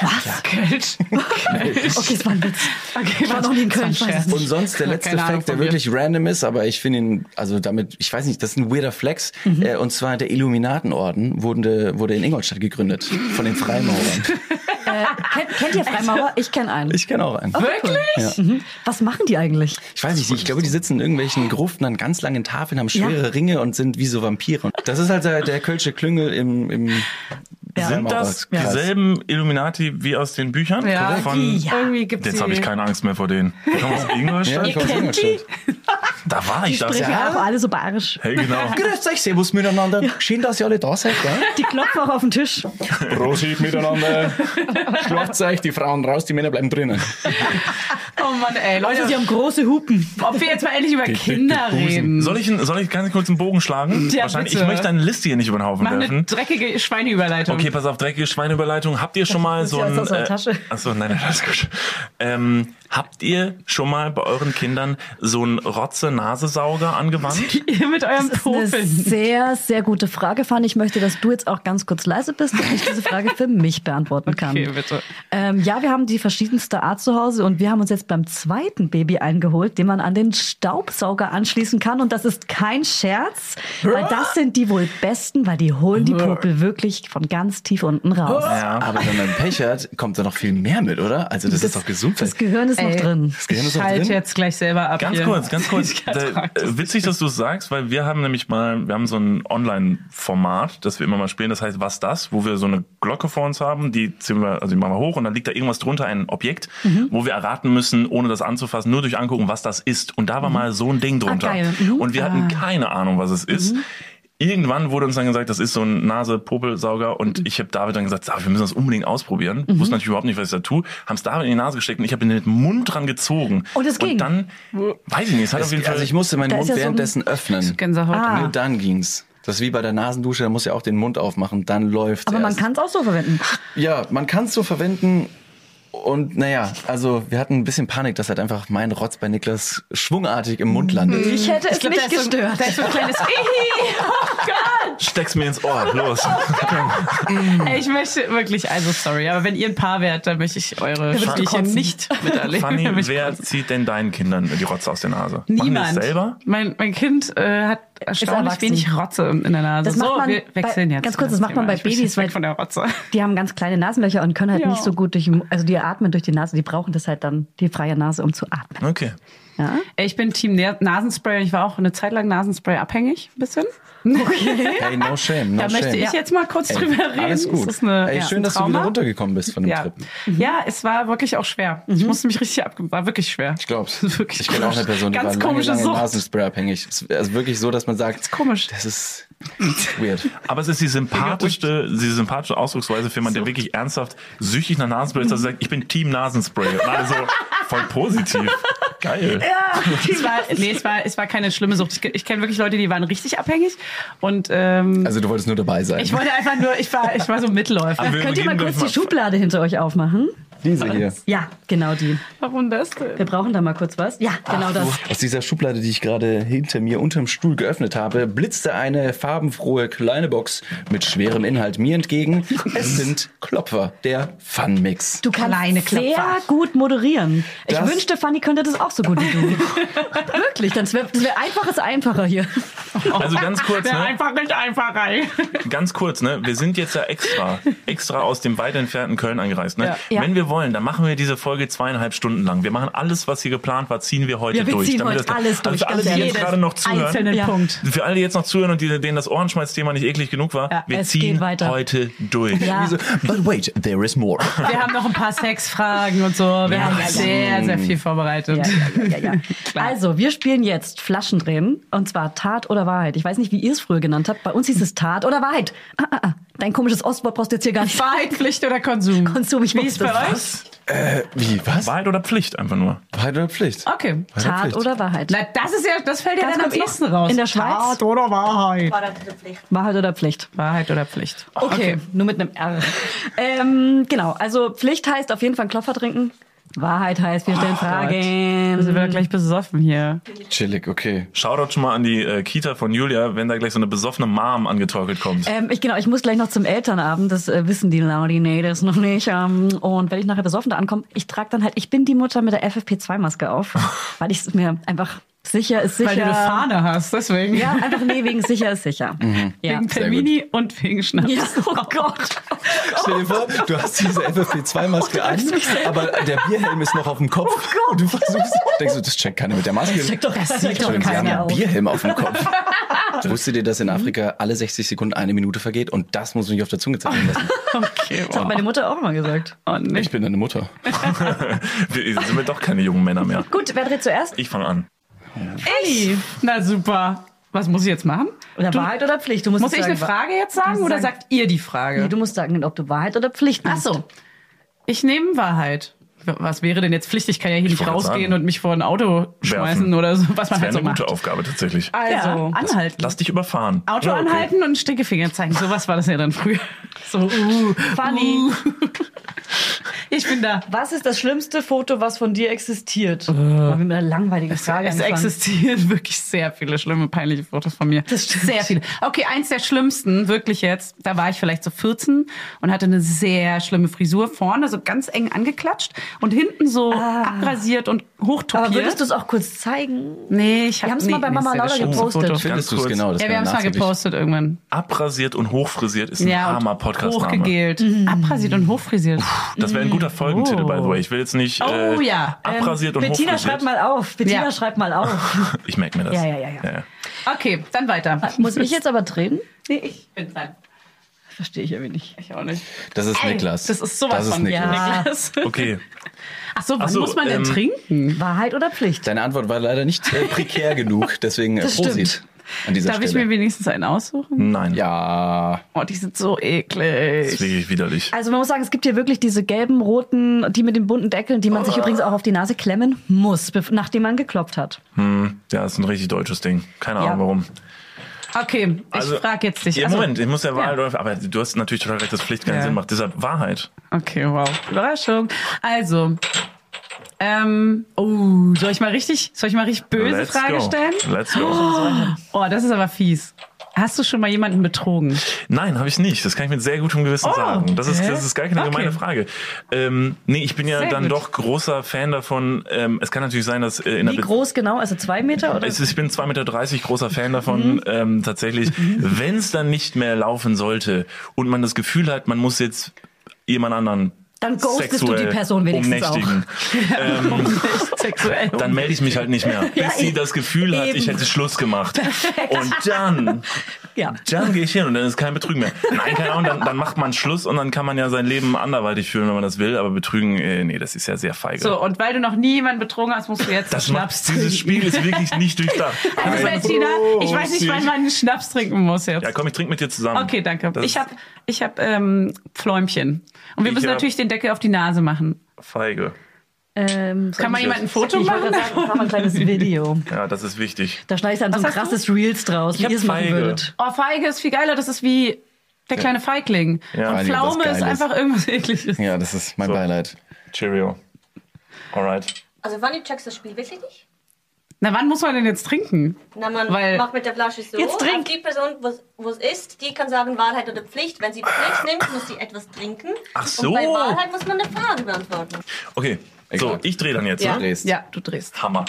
was? Kölsch. Okay, es war ein Witz. Okay, Ich war noch nie in das war Köln, ein ich weiß es Scherz. nicht. Und sonst der Ja, letzte keine Ahnung Fact, der von mir. wirklich random ist, aber ich finde ihn, also damit, ich weiß nicht, das ist ein weirder Flex. Äh, und zwar der Illuminatenorden wurde, wurde in Ingolstadt gegründet. Von den Freimaurern. Äh, kennt, kennt ihr Freimaurer? Ich kenne einen. Ich kenne auch einen. Wirklich? Mhm. Was machen die eigentlich? Ich weiß nicht, ich glaube, die sitzen in irgendwelchen Gruften an ganz langen Tafeln, haben Ja. schwere Ringe und sind wie so Vampire. Und das ist halt der, der Kölsche Klüngel im, im Ja. Sind das dieselben Illuminati wie aus den Büchern? Ja. Von, Ja. Irgendwie gibt's Jetzt habe ich die- keine Angst mehr vor denen. Die kommen aus Ja, Ingolstadt. ich komme aus Ingolstadt. Da war ich das. Sprechen Ja. auch alle so bayerisch. Hey, genau. Grüßt euch, Servus miteinander. Schön, dass ihr alle da seid. Gell? Die klopfen auch auf den Tisch. Prosit miteinander. Schlacht euch, die Frauen raus, die Männer bleiben drinnen. Oh Mann, ey, Also Leute, die haben große Hupen. ob wir jetzt mal endlich über Kinder reden. Soll ich, soll ich ganz kurz einen Bogen schlagen? Ja, Wahrscheinlich, bitte. ich möchte deine Liste hier nicht über den Haufen Mach eine werfen. dreckige Schweineüberleitung. Okay, pass auf, dreckige Schweineüberleitung. Habt ihr schon mal ist so ja ein... aus der Tasche. achso, nein, nein, alles gut. Ähm, habt ihr schon mal bei euren Kindern so einen Rotze-Nasesauger angewandt? Ihr mit eurem Das ist eine Popeln. sehr, sehr gute Frage, Fanny. Ich möchte, dass du jetzt auch ganz kurz leise bist und ich diese Frage für mich beantworten kann. Okay, bitte. Ähm, ja, wir haben die verschiedenste Art zu Hause und wir haben uns jetzt beim zweiten Baby eingeholt, den man an den Staubsauger anschließen kann. Und das ist kein Scherz, weil das sind die wohl besten, weil die holen die Popel wirklich von ganz tief unten raus. Ja. Aber wenn man Pech hat, kommt da noch viel mehr mit, oder? Also das, ist doch gesund. Das Gehirn ist noch drin. Gehirn ist Ich noch halte drin? jetzt gleich selber ab. Ganz hier. kurz, ganz kurz. Ich ertrag Da, das äh, witzig, dass du es sagst, weil wir haben nämlich mal, wir haben so ein Online-Format, das wir immer mal spielen, das heißt Was das, wo wir so eine Glocke vor uns haben, die ziehen wir, also die machen wir hoch und dann liegt da irgendwas drunter, ein Objekt, wo wir erraten müssen, ohne das anzufassen, nur durch angucken, was das ist. Und da war mal so ein Ding drunter. geil. Mhm. Und wir hatten keine Ahnung, was es ist. Irgendwann wurde uns dann gesagt, das ist so ein Nase-Popelsauger und ich habe David dann gesagt, David, wir müssen das unbedingt ausprobieren. Wusste natürlich überhaupt nicht, was ich da tue. Haben es David in die Nase gesteckt und ich habe ihn mit dem Mund dran gezogen. Und es ging. Und dann, weiß ich nicht, es hat auf jeden Fall... Also ich musste meinen Da ist Mund ja so ein- währenddessen äh, öffnen. Gänsehaut. Ah. Nur dann ging's. Das ist wie bei der Nasendusche, da muss ja auch den Mund aufmachen, dann läuft's. Aber man erst. kann es auch so verwenden. Ja, man kann's so verwenden. Und naja, also wir hatten ein bisschen Panik, dass halt einfach mein Rotz bei Niklas schwungartig im Mund landet. Mhm. Ich hätte es Ich glaub, da nicht ist so- gestört. Da ist so ein kleines Ihi. Oh Gott. Steck's mir ins Ohr, los. Ey, ich möchte wirklich, also sorry, aber wenn ihr ein Paar wärt, dann möchte ich eure würdest du Spielchen kotzen. nicht miterleben. Fanny, Mich wer kotzen. zieht denn deinen Kindern die Rotze aus der Nase? Niemand. Machen die es selber? Mein, mein Kind äh, hat erstaunlich erwachsen. wenig Rotze in der Nase. Das macht so, man wir wechseln bei- jetzt. ganz kurz, das macht man bei Thema. Ich möchte Babys, jetzt weg weil- von der Rotze. Die haben ganz kleine Nasenlöcher und können halt Ja. nicht so gut durch, den- also die atmen durch die Nase, die brauchen das halt dann, die freie Nase, um zu atmen. Okay. Ja? Ey, Ich bin Team Na- Nasenspray. Ich war auch eine Zeit lang Nasenspray abhängig, ein bisschen. Hey, no shame, no Da shame. möchte ich jetzt mal kurz drüber reden. Alles gut. Das ist eine, Ey, ja, schön, ein dass du Trauma. wieder runtergekommen bist von dem ja. Mhm. Trip. ja, es war wirklich auch schwer. Ich musste mich richtig abgeben. War wirklich schwer. Mhm. Ich glaub's. Wirklich ich kenne auch eine komisch. Person, die Ganz war lange, komische lange Sucht. Nasenspray abhängig. Es ist also wirklich so, dass man sagt, das ist komisch. Das ist weird. Aber es ist die sympathischste, die sympathische Ausdrucksweise für jemanden, der wirklich ernsthaft süchtig nach Nasenspray ist, dass er sagt, ich bin Team Nasenspray. Und alle so, voll positiv. Geil. Es war, nee, es war, es war keine schlimme Sucht. Ich, ke- ich kenne wirklich Leute, die waren richtig abhängig. Und ähm, Also du wolltest nur dabei sein. ich wollte einfach nur, ich war, ich war so Mitläufer. Aber wir Könnt ihr mal geben kurz die gleich Schublade hinter euch aufmachen? Diese hier. Ja, genau die. Warum das denn? Wir brauchen da mal kurz was. Ja, genau das. Aus dieser Schublade, die ich gerade hinter mir unterm Stuhl geöffnet habe, blitzte eine farbenfrohe kleine Box mit schwerem Inhalt mir entgegen. Es sind Klopfer, der Fun-Mix. Du kannst Kleine sehr Klopfer. gut moderieren. Ich Das- wünschte, Fanny könnte das auch so gut wie du. Wirklich, dann wäre wär einfaches einfacher hier. Also ganz kurz, Wäre ne? einfach nicht einfach rein. Ganz kurz, ne? Wir sind jetzt ja extra, extra aus dem weit entfernten Köln angereist. Ne? Ja. Wenn wir wollen, dann machen wir diese Folge zweieinhalb Stunden lang. Wir machen alles, was hier geplant war, ziehen wir heute Ja, wir durch. ziehen damit heute das- alles durch, Also für alle, ganz die ehrlich. jetzt gerade noch zuhören, Einzelnen Ja. Punkt. für alle, die jetzt noch zuhören und die, denen das Ohrenschmalz-Thema nicht eklig genug war, Ja, wir es geht ziehen weiter. heute durch. Ja. Diese- But wait, there is more. Wir haben noch ein paar Sexfragen und so. Wir haben ja, ja. sehr, sehr viel vorbereitet. Ja, ja, ja, ja, ja. Klar. Also, wir spielen jetzt Flaschendrehen und zwar Tat oder Wahrheit. Ich weiß nicht, wie ihr es früher genannt habt. Bei uns hieß es Tat oder Wahrheit. Ah, ah, ah. Dein komisches Ostwort brauchst du jetzt hier gar nicht. Wahrheit, Pflicht oder Konsum? Konsum, ich Wie wusste ist bei es. euch? Wie, was? Wahrheit oder Pflicht einfach nur. Wahrheit oder Pflicht? Okay. Tat Pflicht. oder Wahrheit. Na, das ist ja, das fällt ja Ganz dann am kurz noch, ehesten raus. in der Schweiz? Tat oder Wahrheit? Wahrheit oder Pflicht? Wahrheit oder Pflicht? Okay, nur mit einem R. ähm, genau, also Pflicht heißt auf jeden Fall einen Klopfer trinken. Wahrheit heißt, wir stellen Wir sind Fragen. wieder gleich besoffen hier. Chillig, okay. Shoutout schon mal an die äh, Kita von Julia, wenn da gleich so eine besoffene Mom angetorkelt kommt. Ähm, ich, genau, ich muss gleich noch zum Elternabend, das äh, wissen die Laudinators noch nicht. Ähm, und wenn ich nachher besoffen da ankomme, ich trage dann halt, ich bin die Mutter mit der FFP2-Maske auf, weil ich es mir einfach sicher ist sicher. Oh. Weil du eine Fahne hast, deswegen. Ja, einfach nee, wegen sicher ist sicher. Ja. Wegen Termini und wegen Schnaps. ja, oh Gott. Stell dir vor, du hast diese Oh, FFP2-Maske an, aber der Bierhelm ist noch auf dem Kopf. und du versuchst, denkst du, das checkt keiner mit der Maske. Check doch, Oh das sieht doch Entschuldigung, Sie haben keiner einen auf. Bierhelm auf dem Kopf. Wusstet ihr, dass in Afrika alle 60 Sekunden eine Minute vergeht? Und das muss mich auf der Zunge zergehen lassen. Okay, Hat meine Mutter auch immer gesagt. Oh, nicht. Ich bin deine Mutter. wir sind wir doch keine jungen Männer mehr. Gut, wer dreht zuerst? Ich fange an. Ich? Na super. Was muss ich jetzt machen? Oder Du- Wahrheit oder Pflicht? Du musst Muss jetzt ich eine sagen, Frage jetzt sagen musst oder sagen- sagt ihr die Nee, Frage? du musst sagen, ob du Wahrheit oder Pflicht Ach nimmst. so. Ich nehme Wahrheit. Was wäre denn jetzt Pflicht? Ich kann ja hier nicht wollte gerade rausgehen sagen. und mich vor ein Auto schmeißen oder so, was man Das halt wäre also so eine gute macht. Aufgabe tatsächlich. Also, Ja. anhalten. Lass dich überfahren. Auto Ja, okay. anhalten und Stickefinger zeigen. So was war das ja dann früher. So, uh, Funny. Uh. Ich bin da. Äh. Was ist das schlimmste Foto, was von dir existiert? Mal mit einer langweiligen Frage Es anfangen. existieren wirklich sehr viele schlimme, peinliche Fotos von mir. Das stimmt. Sehr viele. Okay, eins der schlimmsten, wirklich jetzt. Da war ich vielleicht so 14 und hatte eine sehr schlimme Frisur. Vorne so ganz eng angeklatscht und hinten so abrasiert und hochtopiert. Aber würdest du es auch kurz zeigen? Nee, ich hab, Wir haben's nee, mal bei Mama das ist ja das Laura schlimmste gepostet. Foto. Findest du kurz. es genau? Das Ja, wir war haben es mal nachträglich. gepostet irgendwann. Abrasiert und hochfrisiert ist ein Ja, armer und Podcast-Name. hochgegelt. Abrasiert und hochfrisiert. Das wäre ein guter Folgentitel, Oh. by the way. Ich will jetzt nicht Oh, äh, ja. Ähm, abrasiert und Bettina, hochfrisiert. schreib mal auf. Bettina, Ja. schreib mal auf. Ich merke mir das. Ja, ja, ja, ja. Okay, dann weiter. Muss ich jetzt aber drehen? Nee, ich bin dran. Verstehe ich irgendwie nicht. Ich auch nicht. Das ist Niklas. Das ist sowas das ist von Niklas. Ja. Niklas. Okay. Ach so, wann Ach so, muss man denn ähm, trinken? Wahrheit oder Pflicht? Deine Antwort war leider nicht äh, prekär genug, deswegen äh, Das Prosit stimmt. an dieser Darf ich Stelle. mir wenigstens einen aussuchen? Nein. ja, Oh, die sind so Das ist eklig. wirklich widerlich. Also man muss sagen, es gibt hier wirklich diese gelben, roten, die mit den bunten Deckeln, die man sich übrigens auch auf die Nase klemmen muss, bef- nachdem man geklopft hat. Hm, ja, ist ein richtig deutsches Ding. Keine Ja. Ahnung warum. Okay, ich Also, frage jetzt dich. Ja, Also- Moment, ich muss ja Wahrheit oder Aber du hast natürlich total recht, dass Pflicht keinen Ja. Sinn macht. Deshalb Wahrheit. Okay, wow. Überraschung. Also, ähm, oh, soll ich mal richtig, soll ich mal richtig böse Let's Frage go. stellen? Let's go. Oh, das ist aber fies. Hast du schon mal jemanden betrogen? Nein, habe ich nicht. Das kann ich mit sehr gutem Gewissen Oh, sagen. Das ist, hä? das ist gar keine Okay. gemeine Frage. Ähm, nee, ich bin ja Sehr dann gut. doch großer Fan davon. Ähm, es kann natürlich sein, dass äh, in Wie der Be- groß genau? Also zwei Meter? Oder? Es ist, ich bin 2,30 Meter großer Fan Mhm. davon, ähm, tatsächlich. Wenn es dann nicht mehr laufen sollte und man das Gefühl hat, man muss jetzt jemand anderen Dann ghostest du die sexuell Person wenigstens auch. umnächtigen, Echt sexuell. dann melde ich mich halt nicht mehr. Bis sie eben. das Gefühl hat, ich Eben. hätte Schluss gemacht. Und dann, Ja. dann gehe ich hin und dann ist kein Betrügen mehr. Nein, keine Ahnung, dann, dann macht man Schluss und dann kann man ja sein Leben anderweitig führen, wenn man das will. Aber Betrügen, äh, nee, das ist ja sehr feige. So, und weil du noch nie jemanden betrogen hast, musst du jetzt das macht, Schnaps trinken. dieses Spiel ist wirklich nicht durchdacht. Also, Bettina, ich weiß nicht, wann man einen Schnaps trinken muss jetzt. Ja, komm, ich trinke mit dir zusammen. Okay, danke. Das ich ist habe ich hab, ähm, Pfläumchen. Und wir Ich müssen hab- natürlich den Deckel auf die Nase machen. feige. Ähm, Kann man jemand ein Foto ich machen? wollte sagen, mach mal ein kleines Video. Ja, das ist wichtig. Da schneide ich dann so ein hast du? krasses Reels draus, wie hab ihr es machen Feige. würdet. Oh, Feige ist viel geiler. Das ist wie der kleine Feigling. Ja. Und Feigling, was Pflaume geil ist ist. einfach irgendwas Ekliges. ja, das ist mein Beileid. Cheerio. Alright. Also Wanni checkst das Spiel wirklich nicht? Na, wann muss man denn jetzt trinken? Na, man Weil- macht mit der Flasche so. Jetzt trink. Und die Person, wo's- wo es ist, die kann sagen Wahrheit oder Pflicht. Wenn sie Pflicht nimmt, muss sie etwas trinken. Ach so. Und bei Wahrheit muss man eine Frage beantworten. Okay, so, Egal. ich drehe dann jetzt. Ja. Ne? Drehst. Ja, du drehst. Hammer.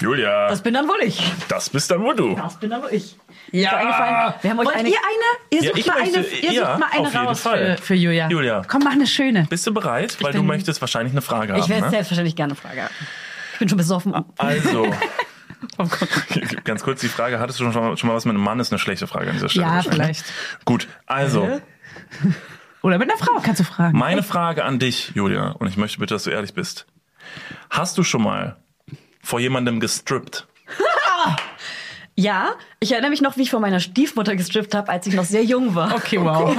Julia, das, Das bin dann wohl ich. bist dann wohl du. Genau. Das bin dann wohl ich. Ja. Ist dir eingefallen? Wir haben euch Wollt eine. ihr eine? Ihr Ja, sucht ich mal möchte- eine, ihr ja, sucht mal auf eine jeden raus Fall. für, für Julia. Julia. Komm, mach eine schöne. Bist du bereit? Weil du bin- möchtest wahrscheinlich eine Frage ich werde haben. Ne? selbstverständlich gerne eine Frage haben. Ich bin schon besoffen. Also, Oh Gott. ganz kurz die Frage, hattest du schon, schon mal was mit einem Mann? Ist eine schlechte Frage an dieser Stelle. Ja, wahrscheinlich. vielleicht. Gut, also, Oder mit einer Frau, kannst du fragen. meine Frage an dich, Julia, und ich möchte bitte, dass du ehrlich bist. Hast du schon mal vor jemandem gestrippt? Ja, ich erinnere mich noch, wie ich von meiner Stiefmutter gestrippt habe, als ich noch sehr jung war. Okay, wow.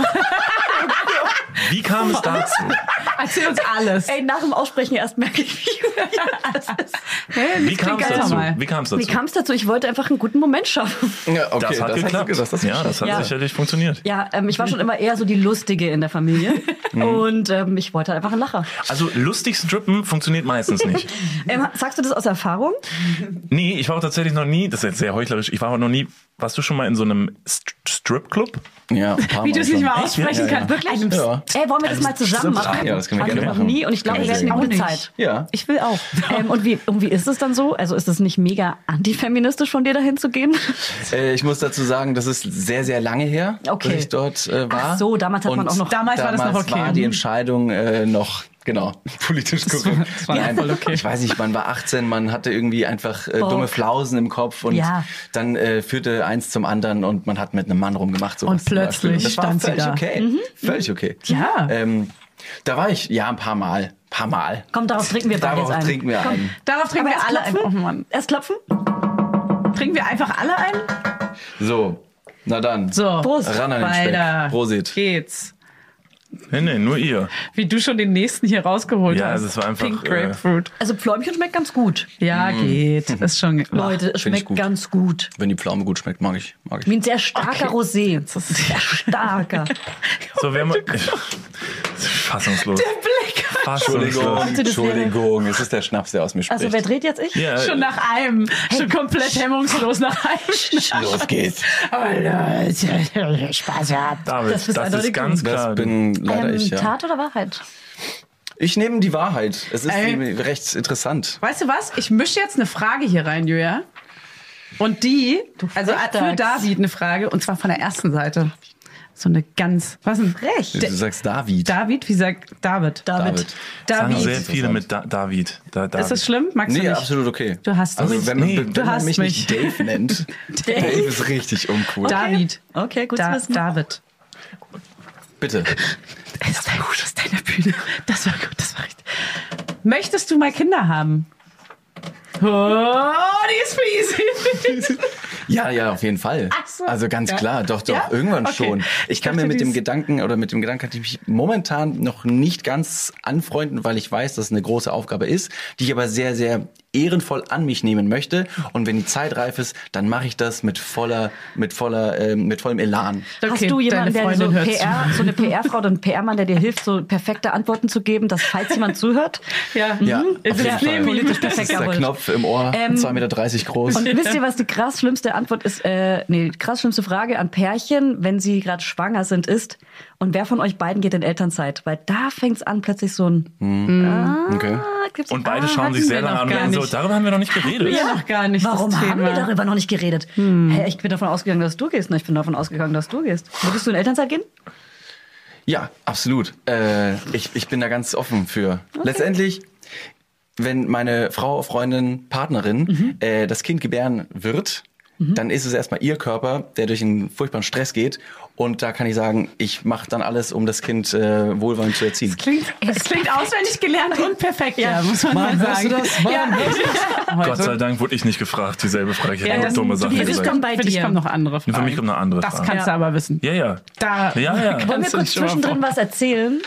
Wie kam es dazu? Erzähl uns alles. Ey, nach dem Aussprechen erst merke ich, wie das ist. Hey, Wie kam es ganz dazu? normal. Wie kam es Wie dazu? kam es dazu? Ich wollte einfach einen guten Moment schaffen. Ja, okay, das hat geklappt. gesagt, das ja, das hat Ja. sicherlich funktioniert. Ja, ähm, ich war schon immer eher so die Lustige in der Familie. Mhm. Und ähm, ich wollte einfach einen Lacher. Also lustig strippen funktioniert meistens nicht. Ähm, sagst du das aus Erfahrung? Nee, ich war auch tatsächlich noch nie, das ist jetzt sehr heuchlerisch, ich war auch noch nie, warst du schon mal in so einem St Stripclub? ja, ein paar Wie du es nicht schon. mal aussprechen Ja, ja. kannst. Wirklich? Einem- Ja. Ey, wollen wir das mal zusammen machen? Ja, das können wir Hatten gerne noch machen. nie und ich glaube, Können wir wir werden eine sehr gute gerne. Zeit. Ja. Ich will auch. Ähm, und wie, und wie ist es dann so? Also ist es nicht mega antifeministisch von dir dahin zu gehen? Äh, ich muss dazu sagen, das ist sehr, sehr lange her, Okay. dass ich dort äh, war. Ach so, damals hat man auch noch- Damals war das noch okay. Mhm. war die Entscheidung äh, noch, genau, politisch korrekt. das war Nein, voll okay. Ich weiß nicht, man war 18, man hatte irgendwie einfach äh, Bock. dumme Flausen im Kopf und Ja. dann äh, führte eins zum anderen und man hat mit einem Mann rumgemacht. sowas Und zum Beispiel. plötzlich das war stand sie völlig da. Mhm. okay. Völlig okay. Ja. Ähm, da war ich, ja, ein paar Mal. paar Mal. Komm, darauf trinken wir beide Darauf jetzt ein. trinken wir ein. Darauf trinken Aber wir erst alle ein. klopfen? Oh Mann. Erst klopfen? Trinken wir einfach alle ein? So, na dann. So. Prost. Ran an den Weiter. Speck. Prosit. Geht's. Nee, nee, nur ihr. Wie du schon den nächsten hier rausgeholt Ja, hast. das war einfach, Pink äh, Grapefruit. Also Pfläumchen schmeckt ganz gut. Ja, geht. Ist schon. Leute, es find ich schmeckt gut. ganz gut. Wenn die Pflaume gut schmeckt, mag ich. Mag Wie ich. ein sehr starker Rosé. Sehr starker. So, wer mal. Fassungslos. Blick. Meinst Fassungslos. du, das wäre- Entschuldigung, es ist der Schnaps, der aus mir spricht. Also wer dreht jetzt ich? Ja, Schon nach einem. Schon komplett hemmungslos nach einem. Los geht's. Leute, Spaß gehabt. David, das das ist ist, eindeutig ganz Das klar. bin leider Ähm, ich, ja. Tat oder Wahrheit? Ich nehme die Wahrheit. Es ist Ey. nämlich recht interessant. Weißt du was? Ich mische jetzt eine Frage hier rein, Julia. Und die, also für Frechdachs. David eine Frage, und zwar von der ersten Seite. So eine ganz, was denn? Frech. Der- Du sagst David. David, wie sagt David? David. Sagen David. sehr viele mit da David. Da David. Ist das schlimm? Magst du Nee, nicht? absolut okay. Du hast mich. also, wenn man, Nee, wenn du man hast mich nicht mich. Dave nennt, Dave. ist richtig uncool. David. Okay, gut Da, zu wissen. David. Bitte. Das war gut, das ist deine Bühne. Das war gut, das war richtig. Möchtest du mal Kinder haben? Oh, die ist fies. Ja, ja, auf jeden Fall. Ach so. Also ganz Ja. klar, doch, doch, Ja? irgendwann Okay. schon. Ich Ich kann dachte, mir mit dem dies- Gedanken oder mit dem Gedanken kann ich mich momentan noch nicht ganz anfreunden, weil ich weiß, dass es eine große Aufgabe ist, die ich aber sehr, sehr ehrenvoll an mich nehmen möchte. Und wenn die Zeit reif ist, dann mache ich das mit voller, mit voller, ähm, mit vollem Elan. Okay, Hast du jemanden, deine der so, Freundin hört PR, so eine PR-Frau oder einen PR-Mann, der dir hilft, so perfekte Antworten zu geben, dass falls jemand zuhört? Ja, Ja, Mhm. auf jeden Ist Fall. neben ihm. Politisch Das perfekt ist der jawohl. Knopf im Ohr, Ähm, 2,30 Meter groß. Und wisst ihr, was die krass schlimmste Antwort ist? Äh, nee, die krass schlimmste Frage an Pärchen, wenn sie gerade schwanger sind, ist, und wer von euch beiden geht in Elternzeit? Weil da fängt es an, plötzlich so ein... Okay. Ah, gibt's- und beide ah, schauen sich hatten wir sehr lange noch an. und gar werden So, nicht. darüber haben wir noch nicht geredet. Ja, noch gar nicht. Warum das haben Thema. Hm. wir darüber noch nicht geredet? Hä, ich bin davon ausgegangen, dass du gehst. Na, ich bin davon ausgegangen, dass du gehst. Würdest du in Elternzeit gehen? Ja, absolut. Äh, ich, ich bin da ganz offen für. Letztendlich, wenn meine Frau, Freundin, Partnerin äh, das Kind gebären wird, dann ist es erstmal ihr Körper, der durch einen furchtbaren Stress geht. Und da kann ich sagen, ich mache dann alles, um das Kind äh, wohlwollend zu erziehen. Klingt, es klingt auswendig gelernt und perfekt, ja, muss man Mann, mal hörst sagen. du das? Mann, ja. Gott sei Dank wurde ich nicht gefragt, dieselbe Frage. Ich Ja, hätte das- nur dumme du Sachen gehst- gesagt. es kommt gesagt. bei Für dir. dich kommen noch andere Für mich kommt eine andere Das Frage. kannst du aber wissen. Ja, ja. Da Ja, ja. Wollen wir kannst du kurz dich schon mal zwischendrin was erzählen?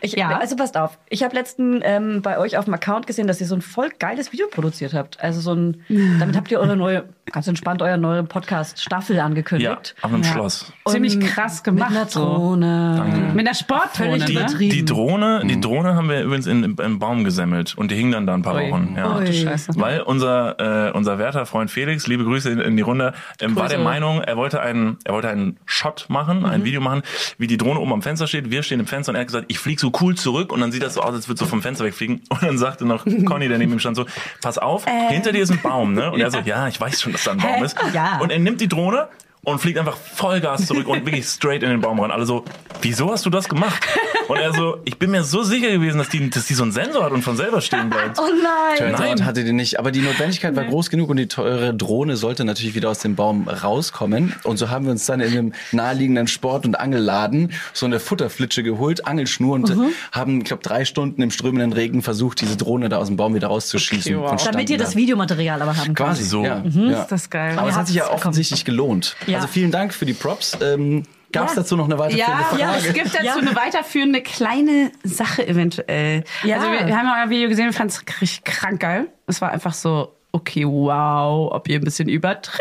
Ich, Ja. Also passt auf. Ich habe letzten ähm, bei euch auf dem Account gesehen, dass ihr so ein voll geiles Video produziert habt. Also so ein, damit habt ihr eure neue, ganz entspannt eure neue Podcast-Staffel Ja, angekündigt. auf einem Ja. Schloss. Ziemlich krass gemacht. Mit einer so. Drohne. Mit einer Sportdrohne, Völlig Die, ne? übertrieben. die Drohne, die Drohne haben wir übrigens in, im Baum gesammelt und die hing dann da ein paar Ui. Wochen. Ja. Ui. Scheiße. Weil unser äh, unser werter Freund Felix, liebe Grüße in, in die Runde, ähm, war der Meinung, er wollte einen er wollte einen Shot machen, Mhm. ein Video machen, wie die Drohne oben am Fenster steht. Wir stehen im Fenster und er hat gesagt, ich flieg so cool zurück und dann sieht das so aus, als würde so vom Fenster wegfliegen. Und dann sagte noch Conny, der neben ihm stand, so pass auf, hinter dir ist ein Baum, ne? Und er so, ja, ich weiß schon, dass da ein Baum Äh. Hä? ist. Ja. Und er nimmt die Drohne. Und fliegt einfach Vollgas zurück und wirklich straight in den Baum rein. Alle so, wieso hast du das gemacht? Und er so, ich bin mir so sicher gewesen, dass die, dass die so einen Sensor hat und von selber stehen bleibt. Oh nein. Turns out Nein. hatte die nicht. Aber die Notwendigkeit war groß genug und die teure Drohne sollte natürlich wieder aus dem Baum rauskommen. Und so haben wir uns dann in einem naheliegenden Sport- und Angelladen so eine Futterflitsche geholt, Angelschnur und haben, ich glaube, drei Stunden im strömenden Regen versucht, diese Drohne da aus dem Baum wieder rauszuschießen. Okay, wow. Und standen Damit ihr da. das Videomaterial aber haben könnt. Quasi So. so. Ja, ja. Ist das geil. Aber es Ja, hat sich ja das kommt. offensichtlich gelohnt. Ja. Also vielen Dank für die Props. Ähm, Gab es Ja. dazu noch eine weitere Ja, Frage? ja, es gibt dazu eine weiterführende kleine Sache eventuell. Ja. Also wir, wir haben euer Video gesehen, wir fanden es richtig krank geil. Es war einfach so, okay, wow, ob ihr ein bisschen übertrieben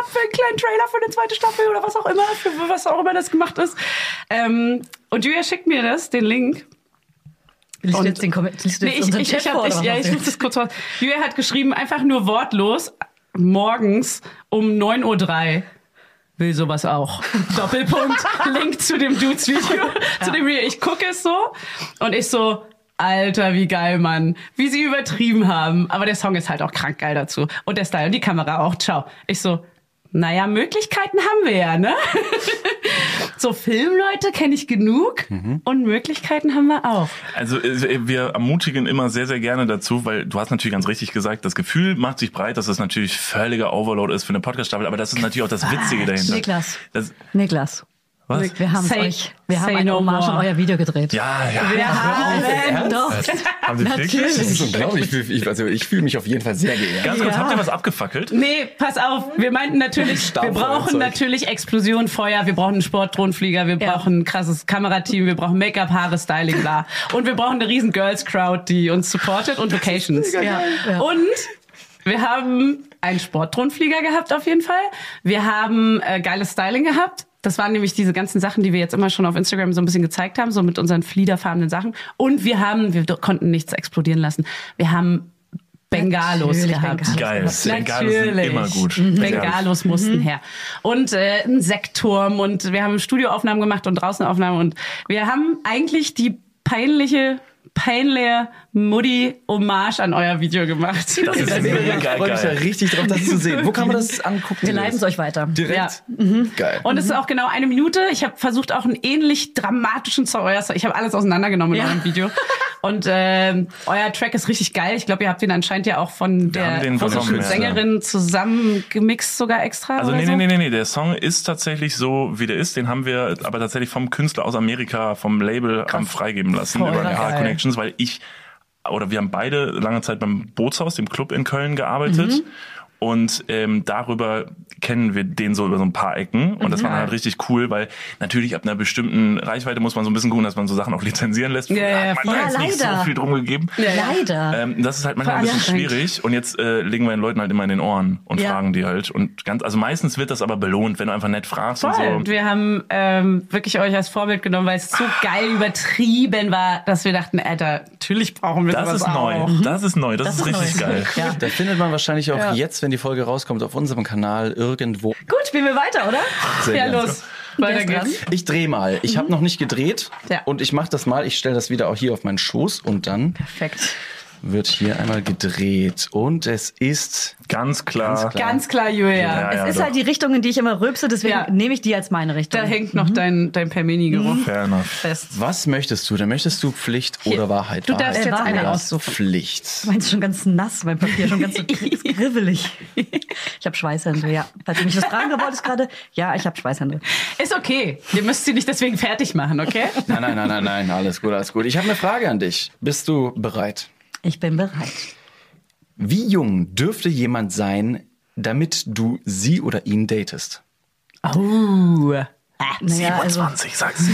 habt für einen kleinen Trailer für eine zweite Staffel oder was auch immer, für was auch immer das gemacht ist. Ähm, und Julia schickt mir das, den Link. Liest du Und- jetzt den Kommentar? Liest du Nee, jetzt ich, unseren ich, Chat vor, ich, hab, oder ich, was ja, machst ich du rufe das kurz vor. Julia hat geschrieben, einfach nur wortlos, morgens um 9.03 Uhr. Will sowas auch. Doppelpunkt, Link zu dem Dudes Video, zu dem Video. Ich gucke es so und ich so, Alter, wie geil, Mann. Wie sie übertrieben haben. Aber der Song ist halt auch krank geil dazu. Und der Style und die Kamera auch. Ciao. Ich so, naja, Möglichkeiten haben wir ja, ne? so Filmleute kenne ich genug und Möglichkeiten haben wir auch. Also äh, wir ermutigen immer sehr, sehr gerne dazu, weil du hast natürlich ganz richtig gesagt, das Gefühl macht sich breit, dass das natürlich völliger Overload ist für eine Podcast-Staffel, aber das ist natürlich auch das Witzige dahinter. Niklas. Das, Niklas, was? Ah, wir haben Say- euch, wir haben say eine no Hommage more. an euer Video gedreht. Ja, ja. haben doch. Haben Sie Das ist wirklich? unglaublich. Ich, ich, also ich fühle mich auf jeden Fall sehr geehrt. Ganz kurz, habt ihr was abgefackelt? Nee, pass auf. Wir meinten natürlich, wir brauchen Staubfeuerzeug. natürlich Explosion, Feuer, wir brauchen einen Sportdrohnenflieger, wir Ja. brauchen ein krasses Kamerateam, wir brauchen Make-up, Haare, Styling, bla. Und wir brauchen eine riesen Girls-Crowd, die uns supportet und Locations. Ja, ja. Und wir haben einen Sportdrohnenflieger gehabt auf jeden Fall. Wir haben äh, geiles Styling gehabt. Das waren nämlich diese ganzen Sachen, die wir jetzt immer schon auf Instagram so ein bisschen gezeigt haben, so mit unseren fliederfarbenen Sachen. Und wir haben, wir konnten nichts explodieren lassen. Wir haben Bengalos Natürlich Mhm. gehabt. Bengalos. Geil. Bengalos sind Natürlich. immer gut. Bengalos mussten her. Und äh, ein Sektturm und wir haben Studioaufnahmen gemacht und Draußenaufnahmen und wir haben eigentlich die peinliche, peinliche Mutti-Hommage an euer Video gemacht. Das ist mega Ich freue mich ja geil. richtig drauf, das zu sehen. Wo kann man das angucken? Wir leiten es euch weiter. Direkt. Geil. Und es ist auch genau eine Minute. Ich habe versucht, auch einen ähnlich dramatischen Song. Euer Song. Ich habe alles auseinandergenommen in Ja. eurem Video. Und ähm, euer Track ist richtig geil. Ich glaube, ihr habt den anscheinend ja auch von haben der den von russischen Tom, ja. Sängerin zusammen gemixt, sogar extra. Also oder nee, so. nee, nee, nee, nee, der Song ist tatsächlich so, wie der ist. Den haben wir aber tatsächlich vom Künstler aus Amerika, vom Label am freigeben lassen Voll über geil. Hard Connections, weil ich oder wir haben beide lange Zeit beim Bootshaus, dem Club in Köln gearbeitet. Mhm. Und ähm, darüber kennen wir den so über so ein paar Ecken. Und Mhm. das war halt richtig cool, weil natürlich ab einer bestimmten Reichweite muss man so ein bisschen gucken, dass man so Sachen auch lizenzieren lässt. ja, Da hat man voll. da jetzt Ja, nicht so leider. viel drum gegeben. Leider. Ähm, das ist halt manchmal ein Voll bisschen anstrengend. schwierig und jetzt äh, legen wir den Leuten halt immer in den Ohren und Ja. fragen die halt und ganz also meistens wird das aber belohnt, wenn du einfach nett fragst Voll. und Und so. wir haben ähm, wirklich euch als Vorbild genommen, weil es so geil übertrieben war, dass wir dachten, Alter, natürlich brauchen wir Das sowas ist neu, auch. das ist neu, das, Das ist ist neu. richtig geil. Ja. Da findet man wahrscheinlich auch jetzt, wenn die Folge rauskommt, auf unserem Kanal irgendwo. Gut, spielen wir weiter, oder? Sehr Ja, gerne. los. Weiter Wer ist geht's. Ich drehe mal. Ich habe noch nicht gedreht Ja. und ich mache das mal. Ich stelle das wieder auch hier auf meinen Schoß und dann Perfekt. wird hier einmal gedreht und es ist Ganz klar. Ganz klar. Ganz klar, Julia. Ja, ja, es ist doch. halt die Richtung, in die ich immer rülpse, deswegen Ja. nehme ich die als meine Richtung. Da hängt noch dein, dein Permini-Geruch Fair enough. fest. was möchtest du? Dann möchtest du Pflicht oder Wahrheit? Du darfst Wahrheit. jetzt Wahrheit. eine Du Ja. darfst aussuchen. Pflicht. Meins ist schon ganz nass, mein Papier schon ganz so kri- kribbelig. Ich habe Schweißhände, ja. Falls ihr mich das fragen wollt, ist gerade, ja, ich habe Schweißhände. Ist okay. Ihr müsst sie nicht deswegen fertig machen, okay? Nein, nein, nein, nein, nein. Alles gut, alles gut. Ich habe eine Frage an dich. Bist du bereit? Ich bin bereit. Wie jung dürfte jemand sein, damit du sie oder ihn datest? Oh. Naja, also- 27, sagst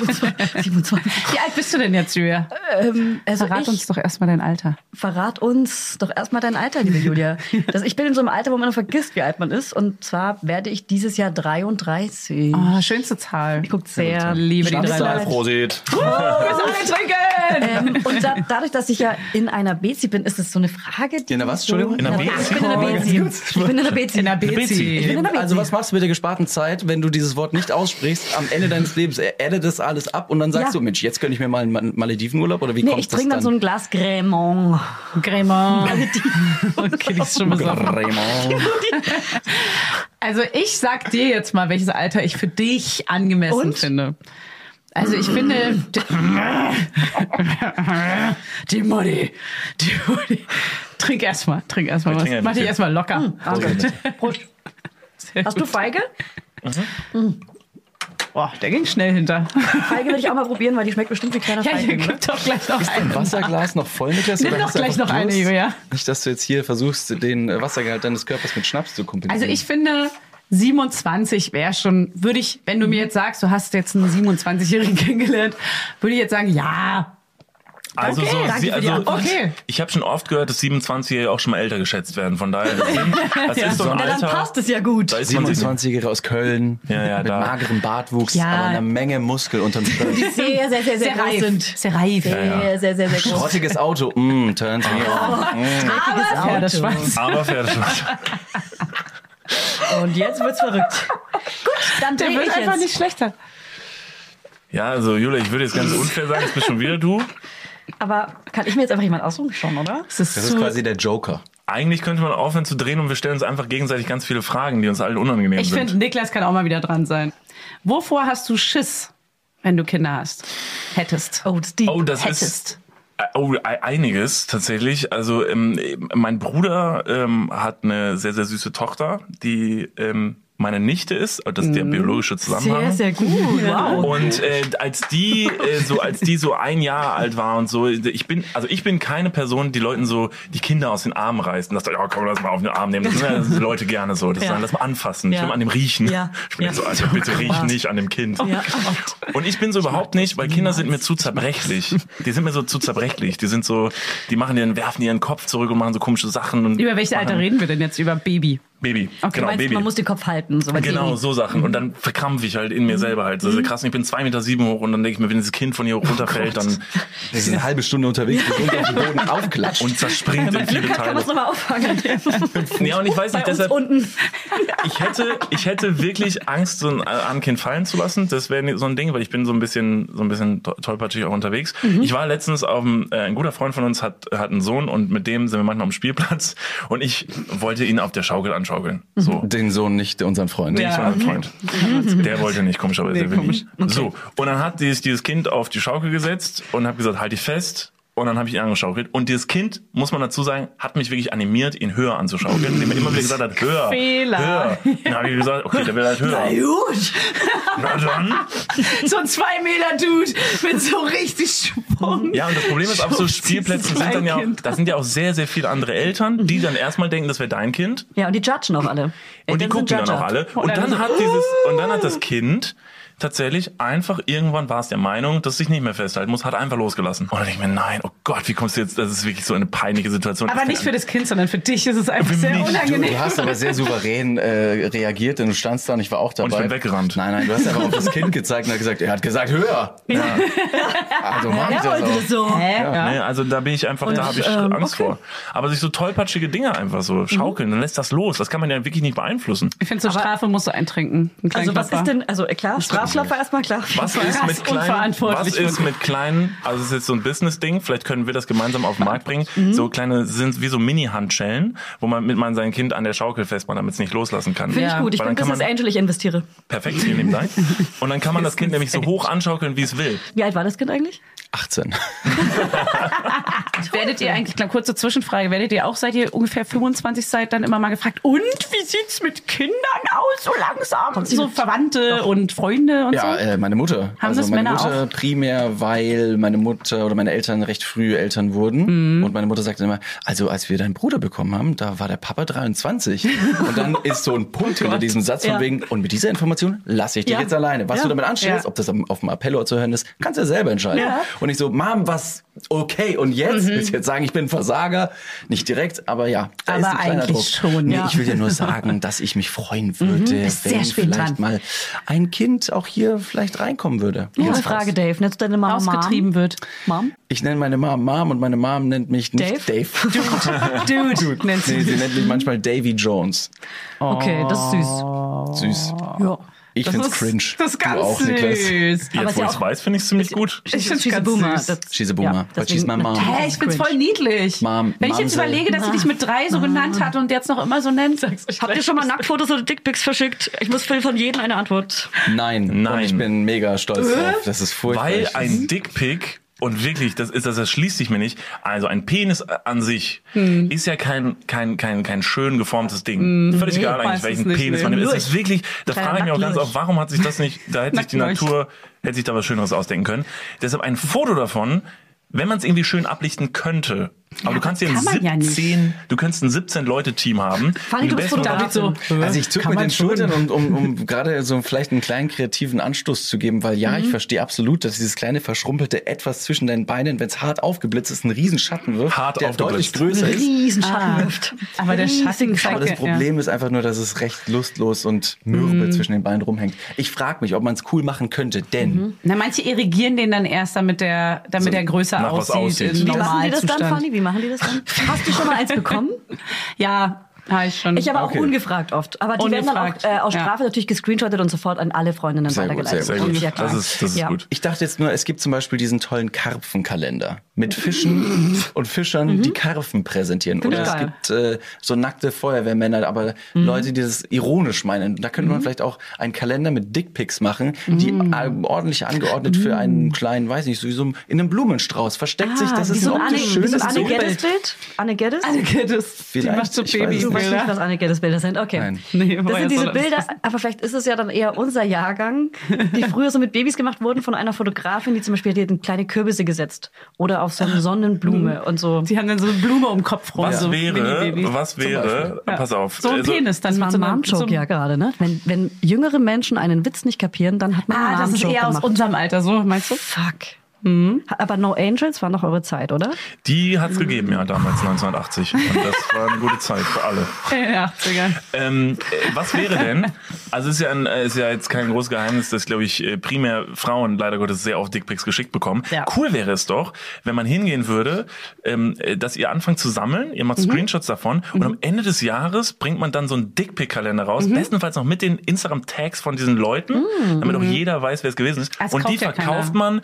du. 27. Wie alt bist du denn jetzt, Julia? Ähm, also Verrat ich uns doch erstmal dein Alter. verrat uns doch erstmal dein Alter, liebe Julia. Das, ich bin in so einem Alter, wo man vergisst, wie alt man ist. Und zwar werde ich dieses Jahr 33. Oh, schönste Zahl. Ich guckt sehr. Liebe die Schnapszahl. drei. Prosit. Wir sollen trinken! Ähm, und da, dadurch, dass ich ja in einer Bezi bin, ist das so eine Frage. Die In der was? so- Entschuldigung? In einer Ich Bezi? bin in der Oh, Bezi. Ich bin in der Bezi. In der Bezi. Bezi. Also was machst du mit der gesparten Zeit, wenn du dieses Wort nicht aussprichst am Ende deines Lebens? Adde das alles ab und dann sagst Ja. du, Mensch, jetzt gönn ich mir mal einen Ma- Maledivenurlaub oder wie Nee, kommt ich das trinke dann so ein Glas Grémont. Grémont. Okay, die ist schon besoffen. Raymond. Also ich sag dir jetzt mal, welches Alter ich für dich angemessen Und? finde. Also ich finde die- die Mutti, die Mutti. Trink erstmal, trink erstmal Ich was. trinke ein Mach dich bisschen. erstmal locker. Hm, also Prost. Sehr Hast gut. du Feige? Boah, der ging schnell hinter. Feige will ich auch mal probieren, weil die schmeckt bestimmt wie kleiner Ja, hier Feige. oder? gibt doch gleich noch einen. Wasserglas noch voll, Niklas? Nimm oder doch hast du gleich einfach noch eine, Durst? Julia. Nicht, dass du jetzt hier versuchst, den äh, Wassergehalt deines Körpers mit Schnaps zu kompensieren. Also ich finde 27 wäre schon, würde ich, wenn du mir jetzt sagst, du hast jetzt einen 27-Jährigen kennengelernt, würde ich jetzt sagen, ja, Also Okay, so, danke sie, für die also Antwort. Okay. ich habe schon oft gehört, dass 27-Jährige auch schon mal älter geschätzt werden. Von daher, das das ist so ein Na, dann Alter. passt es ja gut. Da ist man sich 27-Jährige aus Köln Ja, ja, mit da. magerem Bartwuchs, Ja. aber einer Menge Muskel unterm Shirt. Sehr, sehr, sehr, sehr, groß sind. Sehr reif. Sehr, sehr, sehr, sehr groß. Schrottiges Auto, mm, turns me on. Aber Pferdeschwanz. aber Pferdeschwanz. Und jetzt wird's verrückt. Gut, dann Der dreh wird ich einfach jetzt. nicht schlechter. Ja, also Julia, ich würde jetzt ganz unfair sagen, es bist schon wieder du. Aber kann ich mir jetzt einfach jemand aussuchen schon, oder? Das ist, Das ist quasi der Joker. Eigentlich könnte man aufhören zu drehen und wir stellen uns einfach gegenseitig ganz viele Fragen, die uns allen unangenehm ich sind. finde, Niklas kann auch mal wieder dran sein. Wovor hast du Schiss, wenn du Kinder hast? Hättest. Oh, das ist die. Oh, das ist Hättest. Äh, Oh, e- einiges tatsächlich. Also ähm, äh, mein Bruder ähm, hat eine sehr, sehr süße Tochter, die ähm, meine Nichte ist. Das ist der biologische Zusammenhang. Mhm. sehr, sehr gut. Oh, Wow. Und äh, als die äh, so als die so ein Jahr alt war und so, ich bin also ich bin keine Person, die Leuten so die Kinder aus den Armen reißt und sagt, ja komm, lass mal auf den Arm nehmen. Das sind ja so Leute gerne so, das Ja. sagen, lass mal anfassen, ich Ja. will mal an dem riechen. Ja. Ich bin Ja. Oh so, Alter, bitte riech nicht an dem Kind. Ja. Und ich bin so überhaupt nicht, weil Kinder sind mir zu zerbrechlich. Die sind mir so zu zerbrechlich. Die sind so, die machen ihren, werfen ihren Kopf zurück und machen so komische Sachen und Über welche Alter reden wir denn jetzt? Über Baby. Baby. Okay, genau, Meinst du, Baby. man muss den Kopf halten? So bei Mhm. Genau, Baby. so Sachen. Und dann verkrampf ich halt in Mhm. mir selber halt. Das ist krass. Und Ich bin zwei Meter sieben hoch und dann denke ich mir, wenn dieses Kind von hier Oh runterfällt, dann Wir sind eine halbe Stunde unterwegs, wir sind auf den Boden aufklatscht. und zerspringt in viele Kann Teile. man es nochmal auffangen? Ja, und ich weiß Bei nicht, uns deshalb, unten. ich hätte, ich hätte wirklich Angst, so ein Ankind fallen zu lassen. Das wäre so ein Ding, weil ich bin so ein bisschen, so ein bisschen to- tollpatschig auch unterwegs. Mhm. Ich war letztens auf dem, äh, ein guter Freund von uns hat, hat einen Sohn und mit dem sind wir manchmal am Spielplatz und ich wollte ihn auf der Schaukel anschaukeln. Mhm. So. den Sohn nicht, unseren Freund. Ja. Ich war mein Freund. Der wollte nicht, komischerweise. Mhm. Nee, will komisch. nicht. So, und dann hat dieses, dieses Kind auf die Schaukel gesetzt und habe gesagt, halt dich fest. Und dann habe ich ihn angeschaukelt. Und dieses Kind, muss man dazu sagen, hat mich wirklich animiert, ihn höher anzuschaukeln, indem er immer wieder gesagt hat, höher, Fehler. höher. Dann habe ich gesagt, okay, der will halt höher. gut. Na dann. So ein zwei Meter Dude mit so richtig Schwung. Ja, und das Problem ist, auf so Schubst Spielplätzen dieses sind dann ja auch, Kleinkind. Mhm. da sind ja auch sehr, sehr viele andere Eltern, die dann erstmal denken, das wäre dein Kind. Ja, und die judgen auch alle. Und die Eltern sind gucken dann Judger. auch alle. Und Und dann so, dann hat dieses, und dann hat das Kind tatsächlich einfach irgendwann war es der Meinung, dass sich nicht mehr festhalten muss, hat einfach losgelassen. Und dann denk ich mir, nein, oh Gott, wie kommst du jetzt? Das ist wirklich so eine peinliche Situation. Aber nicht für das Kind, sondern für dich ist es einfach Für sehr mich, du- Du, unangenehm. du hast aber sehr souverän äh, reagiert, denn du standst da und ich war auch dabei. ich bin weggerannt. Nein, nein, du hast einfach auf das Kind gezeigt und hat gesagt, er hat gesagt, höher. Ja. Also mach ich Er das wollte auch. das so. Hä? Ja. Nee, also da bin ich einfach, da habe ich ähm, Angst vor. Aber sich so tollpatschige Dinge einfach so schaukeln, dann lässt das los. Das kann man ja wirklich nicht beeinflussen. Ich finde, zur Strafe musst du eintrinken. Einen kleinen Also was Klapper. ist denn, also äh, klar, Strafklapper erstmal klar. Was ist krass mit kleinen, was unverantwortlich ist mit kleinen, also es ist jetzt so ein Business-Ding, vielleicht können wir das gemeinsam auf den Markt bringen, Mhm. so kleine, sind wie so Mini-Handschellen, wo man mit man sein Kind an der Schaukel festmacht, damit es nicht loslassen kann. Finde ich gut. Ich Weil bin dann kann Business man- Angel, ich investiere. Perfekt, vielen lieben Dank. Und dann kann man das Kind nämlich so hoch anschaukeln, wie es will. Wie alt war das Kind eigentlich? 18. Werdet ihr eigentlich, klar, kurze Zwischenfrage, werdet ihr auch, seit ihr ungefähr 25 seid, dann immer mal gefragt, und wie sieht's mit Kindern aus, so langsam? So Verwandte und Freunde und Ja, so? äh, meine Mutter. Haben also das meine Männer Mutter primär, weil meine Mutter oder meine Eltern recht früh Eltern Mhm. wurden. Und meine Mutter sagte immer, also als wir deinen Bruder bekommen haben, da war der Papa 23. und dann ist so ein Punkt hinter diesem Satz von Oh Ja. wegen, und mit dieser Information lasse ich dich Ja. jetzt alleine. Was Ja. du damit anstellst, Ja. ob das am- auf dem Appellor zu hören ist, kannst du ja selber entscheiden. Ja. Mhm. Und ich so, Mom, was? Okay, und jetzt? Willst du jetzt sagen, ich bin ein Versager? Nicht direkt, aber ja. Da Aber ist ein kleiner eigentlich Druck. schon, Nee, ja. Ich will ja nur sagen, dass ich mich freuen würde, bist Mhm, sehr wenn spät vielleicht dran. mal ein Kind auch hier vielleicht reinkommen würde. Gute Jetzt Frage, raus. Dave. Nennst du deine Mama Ausgetrieben wird. Mom? Mom? Ich nenne meine Mom Mom und meine Mom nennt mich nicht Dave? Dave. Dude, nennt Nee, sie. sie nennt mich manchmal Davy Jones. Okay, das ist süß. Süß. Ja. Ich find's ist- cringe. Oh. Das ist ganz du auch, Niklas. süß. Aber Jetzt, ist wo ja ich es auch- weiß, finde ich es ziemlich gut. Ich find's She's a ganz Boomer. süß. Das- She's a Boomer, but deswegen- she's my mom. Natürlich Hä, ist ich find's cringe. voll niedlich. Mom, Wenn ich Mom jetzt sei- überlege, dass sie dich mit drei so genannt hat und jetzt noch immer so nennt, sagst Habt ihr schon mal Nacktfotos oder Dickpics verschickt? Ich muss von jedem eine Antwort. Nein. Nein. Und ich bin mega stolz drauf. Das ist furchtbar. Weil Ich- ein Dickpick und wirklich, das ist das, das schließt sich mir nicht. Also ein Penis an sich Hm. ist ja kein kein kein kein schön geformtes Ding. Völlig egal eigentlich, weiß es welchen nicht, Penis Hm. nee. man nimmt. Es Lurch. ist wirklich, da Kleiner frage ich mich auch ganz Nacklurch. oft, warum hat sich das nicht, da hätte sich die Nacklurch. Natur hätte sich da was schöneres ausdenken können. Deshalb ein Foto davon, wenn man es irgendwie schön ablichten könnte. Aber du kannst dir ein kann man ja nicht. 17, du könntest ein 17 Leute Team haben. Fanny, Im du bist besten- Fotograf. David so. Also ich zucke kann mit man den schon. Schultern, um, um, um gerade so vielleicht einen kleinen kreativen Anstoß zu geben, weil ja, Mhm. ich verstehe absolut, dass dieses kleine verschrumpelte Etwas zwischen deinen Beinen, wenn es hart aufgeblitzt ist, einen riesen Schatten wirft, Hart der deutlich aufgeblitzt. größer ist. Riesenschattenwirft. Aber der Schatten Aber das Problem ist einfach nur, dass es recht lustlos und Mhm. mürbe zwischen den Beinen rumhängt. Ich frage mich, ob man es cool machen könnte, denn Mhm. Na, manche irrigieren den dann erst, damit der, damit der größer nach was aussieht. aussieht. Im Wie Wie machen die das dann, Normalzustand. Fanny? Wie machen die das dann? Hast du schon mal eins bekommen? Ja, habe ich schon. Ich habe Okay. auch ungefragt oft. Aber die werden Ungefragt, dann auch äh, aus ja. Strafe natürlich gescreenshottet und sofort an alle Freundinnen Sehr gut, weitergeleitet. Sehr Und gut. ja Das ist das ist Ja. gut. Ich dachte jetzt nur, es gibt zum Beispiel diesen tollen Karpfenkalender mit Fischen und Fischern, die Karpfen präsentieren. Mhm. Finde Oder ich es geil. Mhm. gibt äh, so nackte Feuerwehrmänner, aber Leute, die das ironisch meinen. Da könnte man vielleicht auch einen Kalender mit Dickpics machen, die Mhm. äh, ordentlich angeordnet für einen kleinen, weiß nicht, sowieso in einem Blumenstrauß versteckt sich. Das Ah, wie ist so ein ein Anne, optisch schönes wie so ein Anne Bild. Geddes Bild? Anne Geddes? Anne Geddes, die Vielleicht, macht so ich weiß es Du weißt nicht, Babybilder. was Anne Geddes Bilder sind. Okay. Nein. Nee, das woher sind diese soll das Bilder, aber vielleicht ist es ja dann eher unser Jahrgang, die früher so mit Babys gemacht wurden von einer Fotografin, die zum Beispiel die hat in kleine Kürbisse gesetzt oder auf so eine Sonnenblume Hm. und so. Die haben dann so eine Blume um den Kopf rum. Was so wäre, Mini-Babys. was wäre, Ja. pass auf. So ein also- Penis dann Das war mit so ein einer- Mom-Joke so einem- ja gerade, ne? Wenn, wenn jüngere Menschen einen Witz nicht kapieren, dann hat man Ah, einen das ist Mom-Joke eher aus Hm. gemacht. unserem Alter, so meinst du? Fuck. Aber No Angels war noch eure Zeit, oder? Die hat's gegeben, ja, damals 1980. Und das war eine gute Zeit für alle. In den 80ern. Ähm, äh, was wäre denn? Also es ist ja, ein, äh, ist ja jetzt kein großes Geheimnis, dass, glaube ich, äh, primär Frauen leider Gottes sehr oft Dickpics geschickt bekommen. Ja. Cool wäre es doch, wenn man hingehen würde, ähm, äh, dass ihr anfangt zu sammeln, ihr Mhm. macht Screenshots davon und am Ende des Jahres bringt man dann so einen Dickpic-Kalender Mhm. raus, bestenfalls noch mit den Instagram-Tags von diesen Leuten, damit auch jeder weiß, wer es gewesen ist. Das und die Mhm. Ah, kauft ja verkauft keiner. man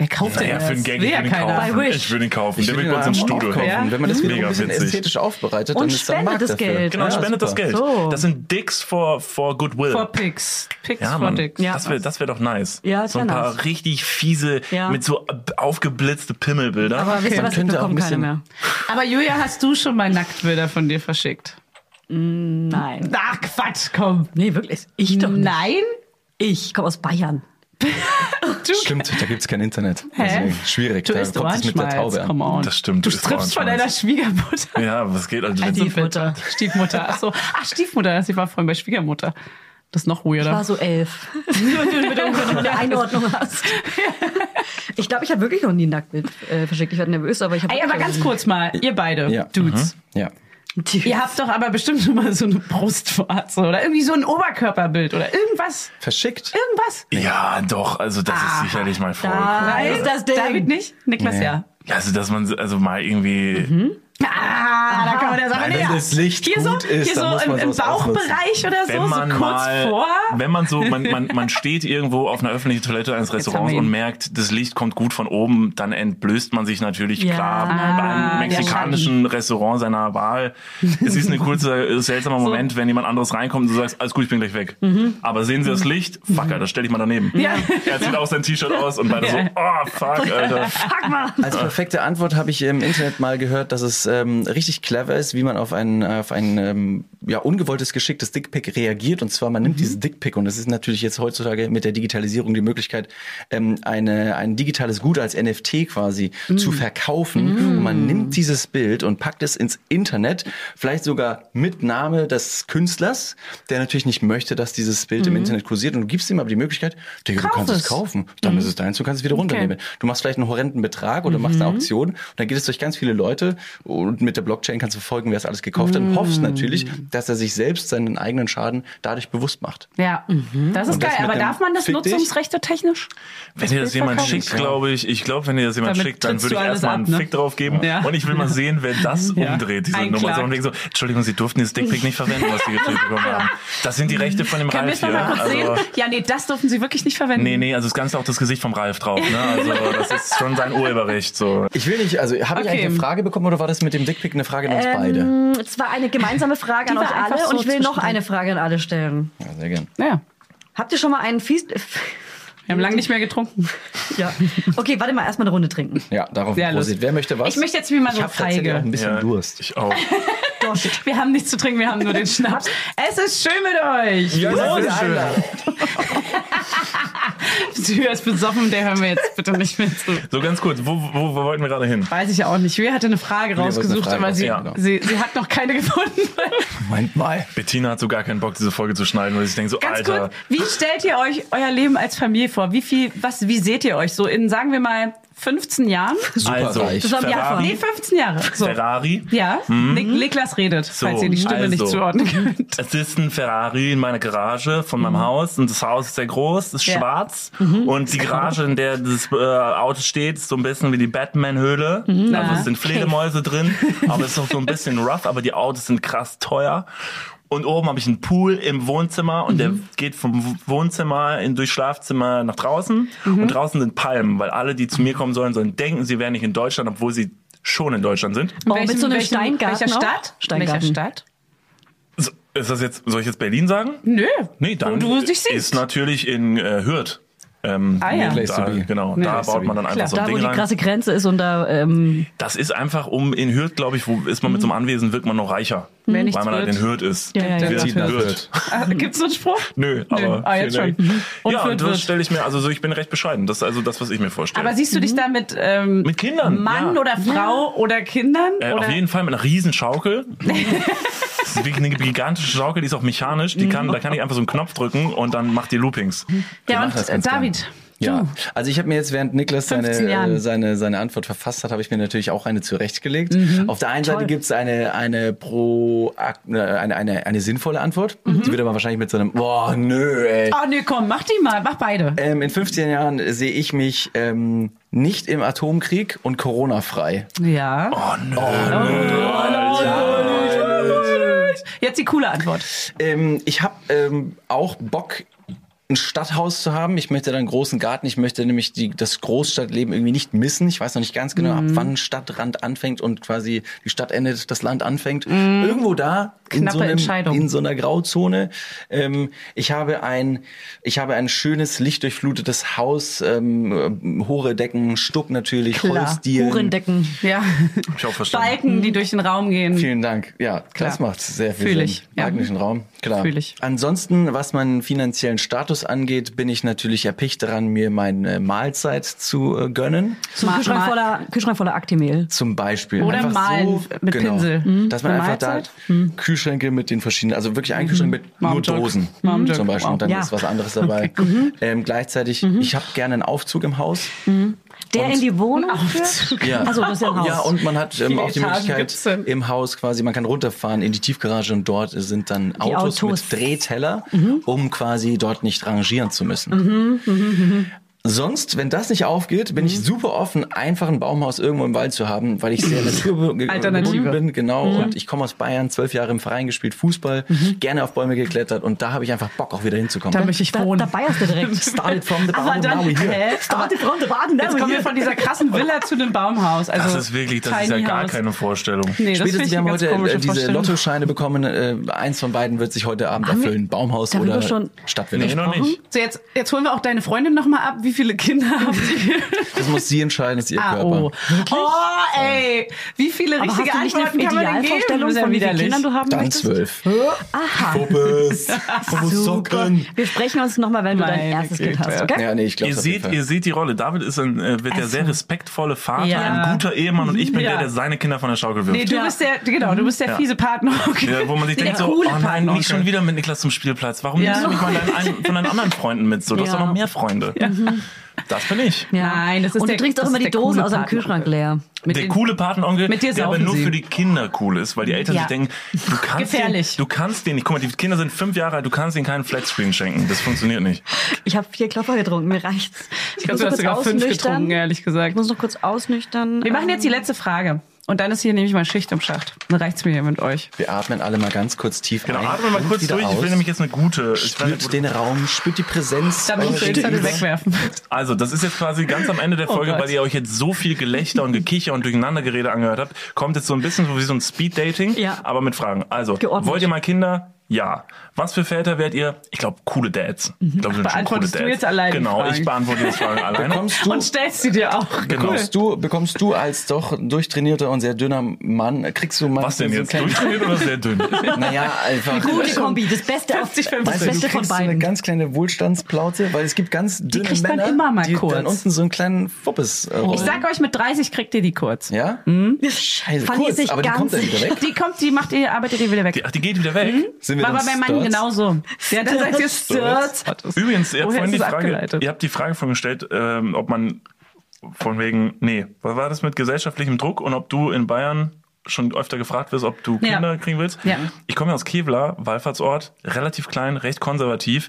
Wer kauft denn Naja, das? für einen Gag, Will ich ja würde ihn keiner. kaufen. Bei Wish. Ich würde ihn kaufen. Der will bringt den bei uns im auch Studio. kaufen. Ja. Wenn man das wieder Mega ein bisschen witzig. ästhetisch aufbereitet, Und dann ist da ein Markt spendet das dafür. Geld. Genau, Ja, spendet das Geld. So. Das sind Dicks for, for Goodwill. For Pics. Pics ja, for Mann, Dicks. Ja. das wäre das wär doch nice. Ja, das so ein wär paar nice. richtig fiese, Ja. mit so ab- aufgeblitzte Pimmelbilder. Aber wisst ihr Man was, ich könnte auch bekomme ein keine bisschen- mehr. Aber Julia, hast du schon mal Nacktbilder von dir verschickt? Nein. Ach, Quatsch, komm. Nee, wirklich. Ich doch nicht. Nein? Ich komme aus Bayern. Stimmt, da gibt's kein Internet. Hä? Deswegen schwierig. Du da isst kommt es mit der Orangenschmalz, Taube an. come on. Das stimmt, Du du isst strippst von deiner Orangenschmalz. Schwiegermutter. ja, was geht? Also, wenn- Stiefmutter. Stiefmutter, ach so. Ach, Stiefmutter, sie war vorhin bei Schwiegermutter. Das ist noch Ich war weirder. so elf. Wenn du mit irgendeiner Einordnung hast. Ich glaube, ich habe wirklich noch nie ein Nacktbild äh, verschickt. Ich werde nervös, aber ich habe. Ey, aber ganz kurz mal, ihr beide, Ja. mhm. Dudes. Ja. Ihr habt doch aber bestimmt schon mal so eine Brustwarze oder irgendwie so ein Oberkörperbild oder irgendwas. Verschickt. Irgendwas. ja, doch, also das ist sicherlich mal voll. da cool. ist das Ding. David nicht? Niklas, Nee. ja. Ja, Also, dass man, also mal irgendwie Ah, da kann man der Sache Nein, wenn näher. das Licht hier so, gut ist, hier dann so muss man im, im sowas ausnutzen. Bauchbereich oder so, so kurz vor. wenn man so, man, man, man steht irgendwo auf einer öffentlichen Toilette eines Restaurants haben wir ihn. und merkt, das Licht kommt gut von oben, dann entblößt man sich natürlich Ja, klar der beim mexikanischen Restaurant seiner Wahl. Es ist ein kurzer, äh, seltsamer Moment, wenn jemand anderes reinkommt und du sagst, alles gut, ich bin gleich weg. Aber sehen Sie das Licht? Fucker, das stelle ich mal daneben. Mhm. Ja. Er zieht auch sein T-Shirt aus und beide so, oh fuck, Alter. Fuck mal. Als perfekte Antwort habe ich im Internet mal gehört, dass es ähm, richtig clever ist, wie man auf ein, auf ein ähm, ja, ungewolltes, geschicktes Dickpick reagiert. Und zwar, man nimmt dieses Dickpick, und das ist natürlich jetzt heutzutage mit der Digitalisierung die Möglichkeit, ähm, eine, ein digitales Gut als NFT quasi zu verkaufen. Und man nimmt dieses Bild und packt es ins Internet, vielleicht sogar mit Name des Künstlers, der natürlich nicht möchte, dass dieses Bild im Internet kursiert. Und du gibst ihm aber die Möglichkeit, Digga, du Kauf kannst es es. kaufen kaufen. Dann Mhm. ist es deins, du kannst es wieder runternehmen. Du machst vielleicht einen horrenden Betrag oder machst Mhm. eine Auktion und dann geht es durch ganz viele Leute und mit der Blockchain kannst du verfolgen, wer es alles gekauft hat und Mhm. hoffst natürlich, dass er sich selbst seinen eigenen Schaden dadurch bewusst macht. Ja, mhm. das ist Und das geil. mit aber dem darf man das Fick dich? Nutzungsrechte technisch? Wenn dir das jemand verkaufen. schickt, glaube ich, ich glaube, wenn dir das jemand Damit schickt, dann trittst würde du ich alles erstmal ab, einen ne? Fick drauf geben. Ja. Und ich will mal sehen, wer das Ja. umdreht, diese Einklagt. Nummer. So, und wegen so, Entschuldigung, Sie durften dieses Dickpick nicht verwenden, was Sie getötet bekommen haben. Das sind die Rechte von dem Können wir Ralf es noch hier. mal kurz Also, sehen? Ja, nee, das dürfen sie wirklich nicht verwenden. nee, nee, also das Ganze auch das Gesicht vom Ralf drauf. Ne? Also das ist schon sein Urheberrecht. So. Ich will nicht, also habe ich Okay. eigentlich eine Frage bekommen oder war das mit dem Dickpick eine Frage an uns beide? Ähm, es war eine gemeinsame Frage an Die war euch einfach alle so und ich will noch zwischendrin. eine Frage an alle stellen. Ja, sehr gern. Ja, Habt ihr schon mal einen fies... wir haben lange nicht mehr getrunken. Ja. Okay, warte mal, erstmal eine Runde trinken. Ja, darauf Sehr Prosit. lustig. Wer möchte was? Ich möchte jetzt wie mal ich so hab tatsächlich feige. auch ein bisschen Ja, Durst. Ich auch. Wir haben nichts zu trinken, wir haben nur den Schnaps. Es ist schön mit euch. Tür ist besoffen, der hören wir jetzt bitte nicht mehr zu. So ganz kurz, wo, wo, wo wollten wir gerade hin? Weiß ich ja auch nicht. Julia hatte eine Frage Julia wollte eine rausgesucht, Frage aber sie, raussuchen, genau. sie, sie hat noch keine gefunden. Moment mal. Bettina hat so gar keinen Bock, diese Folge zu schneiden, weil ich denke so, Ganz Alter. kurz, wie stellt ihr euch euer Leben als Familie vor? Wie viel, was, wie seht ihr euch so in, sagen wir mal, 15 Jahren? also, reich. Das war im Jahr Ferrari, Nee, 15 Jahre. So. Ferrari. Ja, Nik Niklas redet, falls ihr die Stimme Mhm. also. nicht zuordnen könnt. Es ist ein Ferrari in meiner Garage von meinem Haus und das Haus ist sehr groß, ist Ja. schwarz und die Garage, in der das äh, Auto steht, ist so ein bisschen wie die Batman-Höhle. Also es sind Fledermäuse drin, aber es ist auch so ein bisschen rough, aber die Autos sind krass teuer. Und oben habe ich einen Pool im Wohnzimmer und der geht vom Wohnzimmer in, durch Schlafzimmer nach draußen. Und draußen sind Palmen, weil alle, die zu mir kommen sollen, sollen denken, sie wären nicht in Deutschland, obwohl sie schon in Deutschland sind. Oh, mit so einem welchem- Steingarten Welcher auch? Stadt? Steingarten. Welcher Stadt? So, ist das jetzt, soll ich jetzt Berlin sagen? Nö. Nee, dann Wo du dich siehst. ist natürlich in äh, Hürth. Ähm, Ah, ja. Place da, to be. Genau, Nee, da place to baut be. man dann einfach Klar, so ein Da, wo Ding die rein. krasse Grenze ist und da... Ähm, Das ist einfach um in Hürth, glaube ich, wo ist man mit so einem Anwesen, wirkt man noch reicher. Wer Hm? nichts weil man halt wird. in Hürth ist. ja, ja, Der ja. Typ. Wir sind Tina Hürth. Ah, Gibt's so einen Spruch? Nö, aber Ah, jetzt vielen schon. Dank. Mhm. Und ja, Hürth und wird. das stelle ich mir, also so, ich bin recht bescheiden. Das ist also das, was ich mir vorstelle. Aber siehst du dich da mit, ähm, Mhm. Mit Kindern, Mann ja. oder Frau oder Kindern? Äh, oder? auf jeden Fall mit einer riesen Schaukel. Das ist wirklich eine gigantische Schaukel, die ist auch mechanisch. Die kann, da kann ich einfach so einen Knopf drücken und dann macht die Loopings. Mhm. ja, machen das und äh, ganz gerne. David. Ja, also ich habe mir jetzt, während Niklas seine, 15 Jahren. äh, seine, seine Antwort verfasst hat, habe ich mir natürlich auch eine zurechtgelegt. Auf der einen Seite gibt's eine, eine pro äh, eine, eine, eine sinnvolle Antwort. Die wird aber wahrscheinlich mit so einem Boah, nö, ey. Oh nee, komm, mach die mal, mach beide. Ähm, in 15 Jahren sehe ich mich ähm, nicht im Atomkrieg und Corona-frei. Ja. Oh nö. oh, Jetzt die coole Antwort. Ähm, ich habe ähm, auch Bock, ein Stadthaus zu haben. Ich möchte da einen großen Garten. Ich möchte nämlich die, das Großstadtleben irgendwie nicht missen. Ich weiß noch nicht ganz genau, ab Mhm. wann Stadtrand anfängt und quasi die Stadt endet, das Land anfängt. Irgendwo da in Mhm. Knappe so, einem, Entscheidung. in so einer Grauzone. Ähm, ich habe ein, ich habe ein schönes lichtdurchflutetes Haus, ähm, hohe Decken, Stuck natürlich, Klar. Holzdielen. Uhrendecken. Ja. Ich auch verstanden. Balken, die durch den Raum gehen. Vielen Dank. Ja, Klar. das macht sehr viel Fühl Sinn. ich, ja. Magnischen Raum, klar. Fühl ich. Ansonsten, was meinen finanziellen Status angeht, bin ich natürlich erpicht daran, mir meine äh, Mahlzeit zu äh, gönnen. So ein Ma- Kühlschrank ma- voller, Kühlschrank voller Aktimehl. Zum Beispiel. genau, Oder malen mit Pinsel. Dass man Hm? Eine einfach Mahlzeit? Hm. da Kühlschränke mit den verschiedenen, also wirklich ein Kühlschrank mit Mom nur Joke. Dosen Mom Joke. zum Beispiel. Und dann Ja. ist was anderes dabei. Mhm. ähm, gleichzeitig, ich habe gerne einen Aufzug im Haus. Der in die Wohnung führt? Ja. Also, das ist ja ein Haus. Ja, und man hat ähm, Viele auch die Etagen Möglichkeit gibt's denn? im Haus quasi, man kann runterfahren in die Tiefgarage und dort sind dann Autos. Autos, Mhm. mhm. mit Drehteller, um quasi dort nicht rangieren zu müssen. Sonst, wenn das nicht aufgeht, bin ich super offen, einfach ein Baumhaus irgendwo im Wald zu haben, weil ich sehr Alternative. Mhm. naturgebunden bin. Genau. Und ich komme aus Bayern, zwölf Jahre im Verein gespielt, Fußball, gerne auf Bäume geklettert und da habe ich einfach Bock, auch wieder Da hinzukommen. möchte ich Da, wohnen. da bayerst du direkt. Started from the Aber bottom, dann- now we're here. Hä? Started from the bottom, now Jetzt we're kommen wir here. von dieser krassen Villa zu einem Baumhaus. Also Das ist wirklich, das ist ja Tiny gar House. keine Vorstellung. Nee, das finde Spätestens, ich wir eine haben ganz heute komische äh, diese Vorstellung. Lottoscheine bekommen. Äh, eins von beiden wird sich heute Abend Haben wir erfüllen. Baumhaus darüber oder schon- Stadtvilla. Nee, noch nicht. So, jetzt, jetzt holen wir auch deine Freundin nochmal ab. Wie viele Kinder habt ihr? Das muss sie entscheiden, das ist ihr Ah, Körper. oh. oh, ey. Wie viele Aber richtige hast du nicht Antworten eine kann man denn geben? Idealvorstellung Das ist ja von wie vielen widerlich. Kindern du haben Dann möchtest? zwölf. Aha, Puppes. Ah, super. Wir sprechen uns nochmal, wenn du dein Meine erstes Kind Güte. hast, okay? Ja, nee, ich glaube Ihr seht, ihr seht die Rolle. David ist ein, äh, wird der Also. sehr respektvolle Vater, Ja. ein guter Ehemann und ich bin Ja. der, der seine Kinder von der Schaukel wirft. Nee, du Ja. bist der, genau, du bist der fiese Partner. Ja, wo man sich Der denkt so, oh coole nein, Partner. nicht schon wieder mit Niklas zum Spielplatz. Warum Ja. nimmst du mich mal deinen, einen, von deinen anderen Freunden mit? So, du hast Ja. doch noch mehr Freunde. Mhm. Das bin ich. Ja. Nein, das ist Und der- du trinkst auch das immer ist die der Dosen coole aus deinem Partner. Kühlschrank leer. Mit der den- coole Patenonkel, Mit dir der aber saufen nur sie. für die Kinder cool ist, weil die Eltern Ja. sich denken, du kannst Gefährlich. Den, du kannst den nicht. Guck mal, die Kinder sind fünf Jahre alt, du kannst ihnen keinen Flatscreen schenken. Das funktioniert nicht. Ich habe vier Klopfer getrunken, mir reicht's. Ich glaube, du hast sogar fünf getrunken, ehrlich Ich gesagt. muss noch kurz ausnüchtern. Wir machen jetzt Ähm. die letzte Frage. Und dann ist hier nämlich mal Schicht im Schacht. Dann reicht's mir hier mit euch. Wir atmen alle mal ganz kurz tief Genau, ein. atme mal und kurz wieder durch. Aus. Ich will nämlich jetzt eine gute. Ich will eine Spürt gute den Raum, spürt die Präsenz. Dann musst du den Zettel wegwerfen. also, das ist jetzt quasi ganz am Ende der Folge, Oh Gott. weil ihr euch jetzt so viel Gelächter und Gekicher und Durcheinandergerede angehört habt. Kommt jetzt so ein bisschen so wie so ein Speed-Dating, Ja. aber mit Fragen. Also, Geordnet. wollt ihr mal Kinder? Ja. Was für Väter werdet ihr? Ich glaube, coole Dads. Ich glaube, wir sind schon Mhm. Beantwortest coole du Dads. jetzt alleine die Genau, Fragen? ich beantworte jetzt Fragen alleine. Kommst du, Und stellst sie dir auch. Genau. bekommst du, bekommst du als doch durchtrainierter und sehr dünner Mann, kriegst du mal Was denn so jetzt? einen kleinen- Durchtrainiert oder sehr dünn? Naja, einfach. Gute Kombi, das Beste, auf, 50, das Weißt du, du Beste kriegst von so eine beiden. ganz kleine Wohlstandsplauze, weil es gibt ganz dünne kriegt man Männer, immer mal die kurz. dann unten so einen kleinen Fuppes. Äh, Ich sag hm, euch, mit 30 kriegt ihr die kurz. ja? Scheiße, Fand ich kurz, nicht aber die ganz kommt dann wieder weg. Die kommt, die macht ihr, arbeitet ihr wieder weg. Die, ach, die geht wieder weg? Sind War aber dann bei meinen stolz? genauso. Ja, dann seid ihr stört. Übrigens, ihr habt, Woher vorhin ist die es Frage, abgeleitet? ihr habt die Frage vorhin gestellt, ähm, ob man von wegen, nee, was war das mit gesellschaftlichem Druck und ob du in Bayern schon öfter gefragt wirst, ob du Ja. Kinder kriegen willst? Ja. Ich komme ja aus Kevlar, Wallfahrtsort, relativ klein, recht konservativ.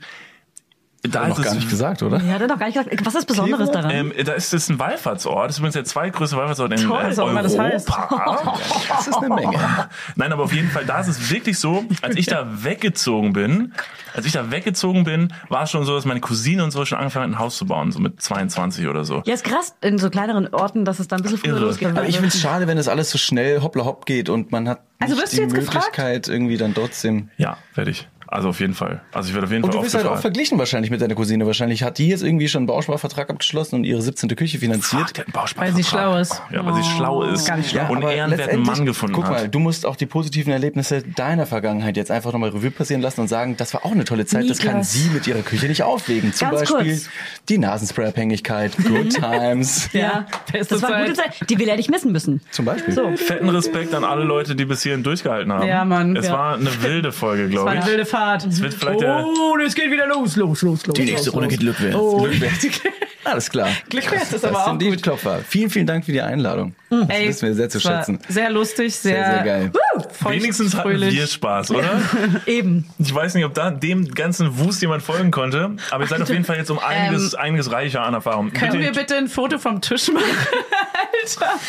Da Noch gar nicht gesagt, oder? Ja, hat er doch gar nicht gesagt. Was ist Besonderes daran? Ähm, da ist es ein Wallfahrtsort. Das ist übrigens der zweitgrößte Wallfahrtsort in Toll, äh, so, Europa. aber das Das ist eine Menge. Nein, aber auf jeden Fall, da ist es wirklich so, als ich da weggezogen bin, als ich da weggezogen bin, war es schon so, dass meine Cousine und so schon angefangen hat, ein Haus zu bauen, so mit 22 oder so. ja, ist krass in so kleineren Orten, dass es dann ein bisschen früher Irre. losgeht. Aber ich finde es schade, wenn das alles so schnell hoppla hopp geht und man hat Also nicht wirst du die jetzt gefragt? Möglichkeit irgendwie dann trotzdem. Ja, werde ich. Also auf jeden Fall. Also ich werde auf jeden Und Fall du bist halt auch aufgefallen. verglichen wahrscheinlich mit deiner Cousine. Wahrscheinlich hat die jetzt irgendwie schon einen Bausparvertrag abgeschlossen und ihre 17. Küche Ach, finanziert. der hat einen Bausparvertrag. Weil sie schlau ist. Oh, Ja, weil sie schlau ist. Gar nicht schlau. Und aber einen ehrenwerten letztendlich, Mann gefunden Guck mal, hat. du musst auch die positiven Erlebnisse deiner Vergangenheit jetzt einfach nochmal Revue passieren lassen und sagen, das war auch eine tolle Zeit, das kann Niklas. sie mit ihrer Küche nicht auflegen. Zum Ganz Beispiel kurz. die Nasenspray-Abhängigkeit, Good Times. Ja, beste das war eine gute Zeit. Zeit. Die will er nicht missen müssen. Zum Beispiel. So. Fetten Respekt an alle Leute, die bis hierhin durchgehalten haben. Ja, Mann, Es ja. war eine wilde Folge, glaube ich. Eine wilde Fahrt. wird vielleicht der- oh, das geht wieder los, los, los, los. Die nächste los, Runde los. geht Glückwärts. Oh. Glückwärts. Alles klar. Glückwärts ist das aber sind auch die gut. Hm. Klopfer. Vielen, vielen Dank für die Einladung. Das Ey, wissen wir sehr zu es war schätzen. Sehr lustig, sehr, sehr geil. Feucht, Wenigstens hatten fröhlich. wir Spaß, oder? Eben. Ich weiß nicht, ob da dem ganzen Wust jemand folgen konnte, aber ihr seid auf jeden Fall jetzt um einiges, einiges reicher an Erfahrung. Können wir Bitte- bitte ein Foto vom Tisch machen? Alter.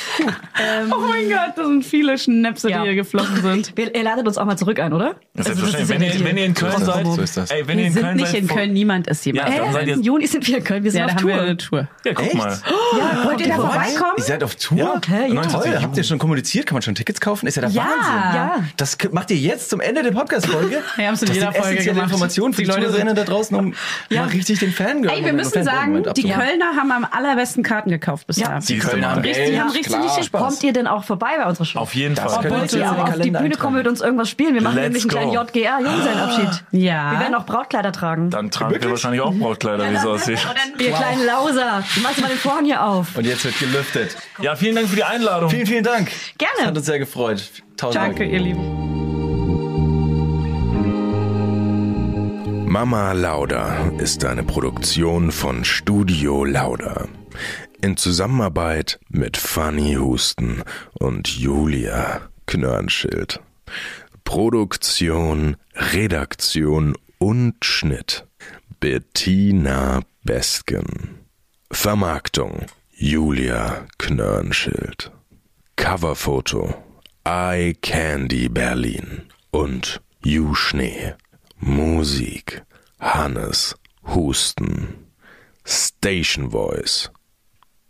oh mein Gott, das sind viele Schnäpse, Ja. die hier geflossen sind. Wir, er ladet uns auch mal zurück ein, oder? Das ist Also, selbstverständlich. ja der wenn, ihr, wenn Deal. ihr in Köln So ist das. seid, So ist das. ey, wenn ihr in Köln seid, vor- niemand ist Ja, dann seid Äh, ihr. Im Juni sind wir in Köln. Wir sind Ja, da auf haben wir Tour. Ah, eine Tour. Ja, guck mal. Ja, wollt ihr da vorbeikommen? Ihr seid auf Tour? Okay, ja. 29 Toll, Juni. habt ihr schon kommuniziert? Kann man schon Tickets kaufen? Ist ja der Ja. Wahnsinn. Ja. Das k- macht ihr jetzt zum Ende der Podcast-Folge. Wir haben's in das jeder sind Folge essentielle gemacht. Informationen für Die die, Leute Leute sind- da draußen, um mal richtig den Fan Ey, wir müssen sagen, die Kölner haben am allerbesten Karten gekauft bisher. Ja. Die Siehst du Kölner mal. haben Richtig, die haben richtig, richtig Kommt ihr denn auch vorbei bei unserer Show? Auf jeden Das Fall. können wir Wollt ihr in auch den auf die Bühne Kalender eintragen. kommen mit uns irgendwas spielen? Wir machen Let's nämlich einen go. kleinen JGA-Junggesellenabschied. Ja. Wir werden auch Brautkleider tragen. Dann tragen wir wahrscheinlich auch Brautkleider, wie es aussieht. Ihr kleinen Lauser, machst du mal den Vorhang hier auf. Und jetzt wird gelüftet. Ja, vielen Dank für die Einladung. Vielen, vielen Dank. Das hat Gerne. uns sehr gefreut. Tausend Danke, ihr Lieben. Mama Lauda ist eine Produktion von Studio Lauda. In Zusammenarbeit mit Fanny Husten und Julia Knörnschild. Produktion, Redaktion und Schnitt. Bettina Besken. Vermarktung Julia Knörnschild. Coverfoto Eye Candy Berlin und You Schnee. Musik Hannes Husten. Station Voice.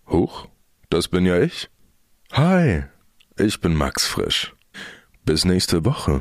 Huch, das bin ja ich. Hi, ich bin Max Frisch. Bis nächste Woche,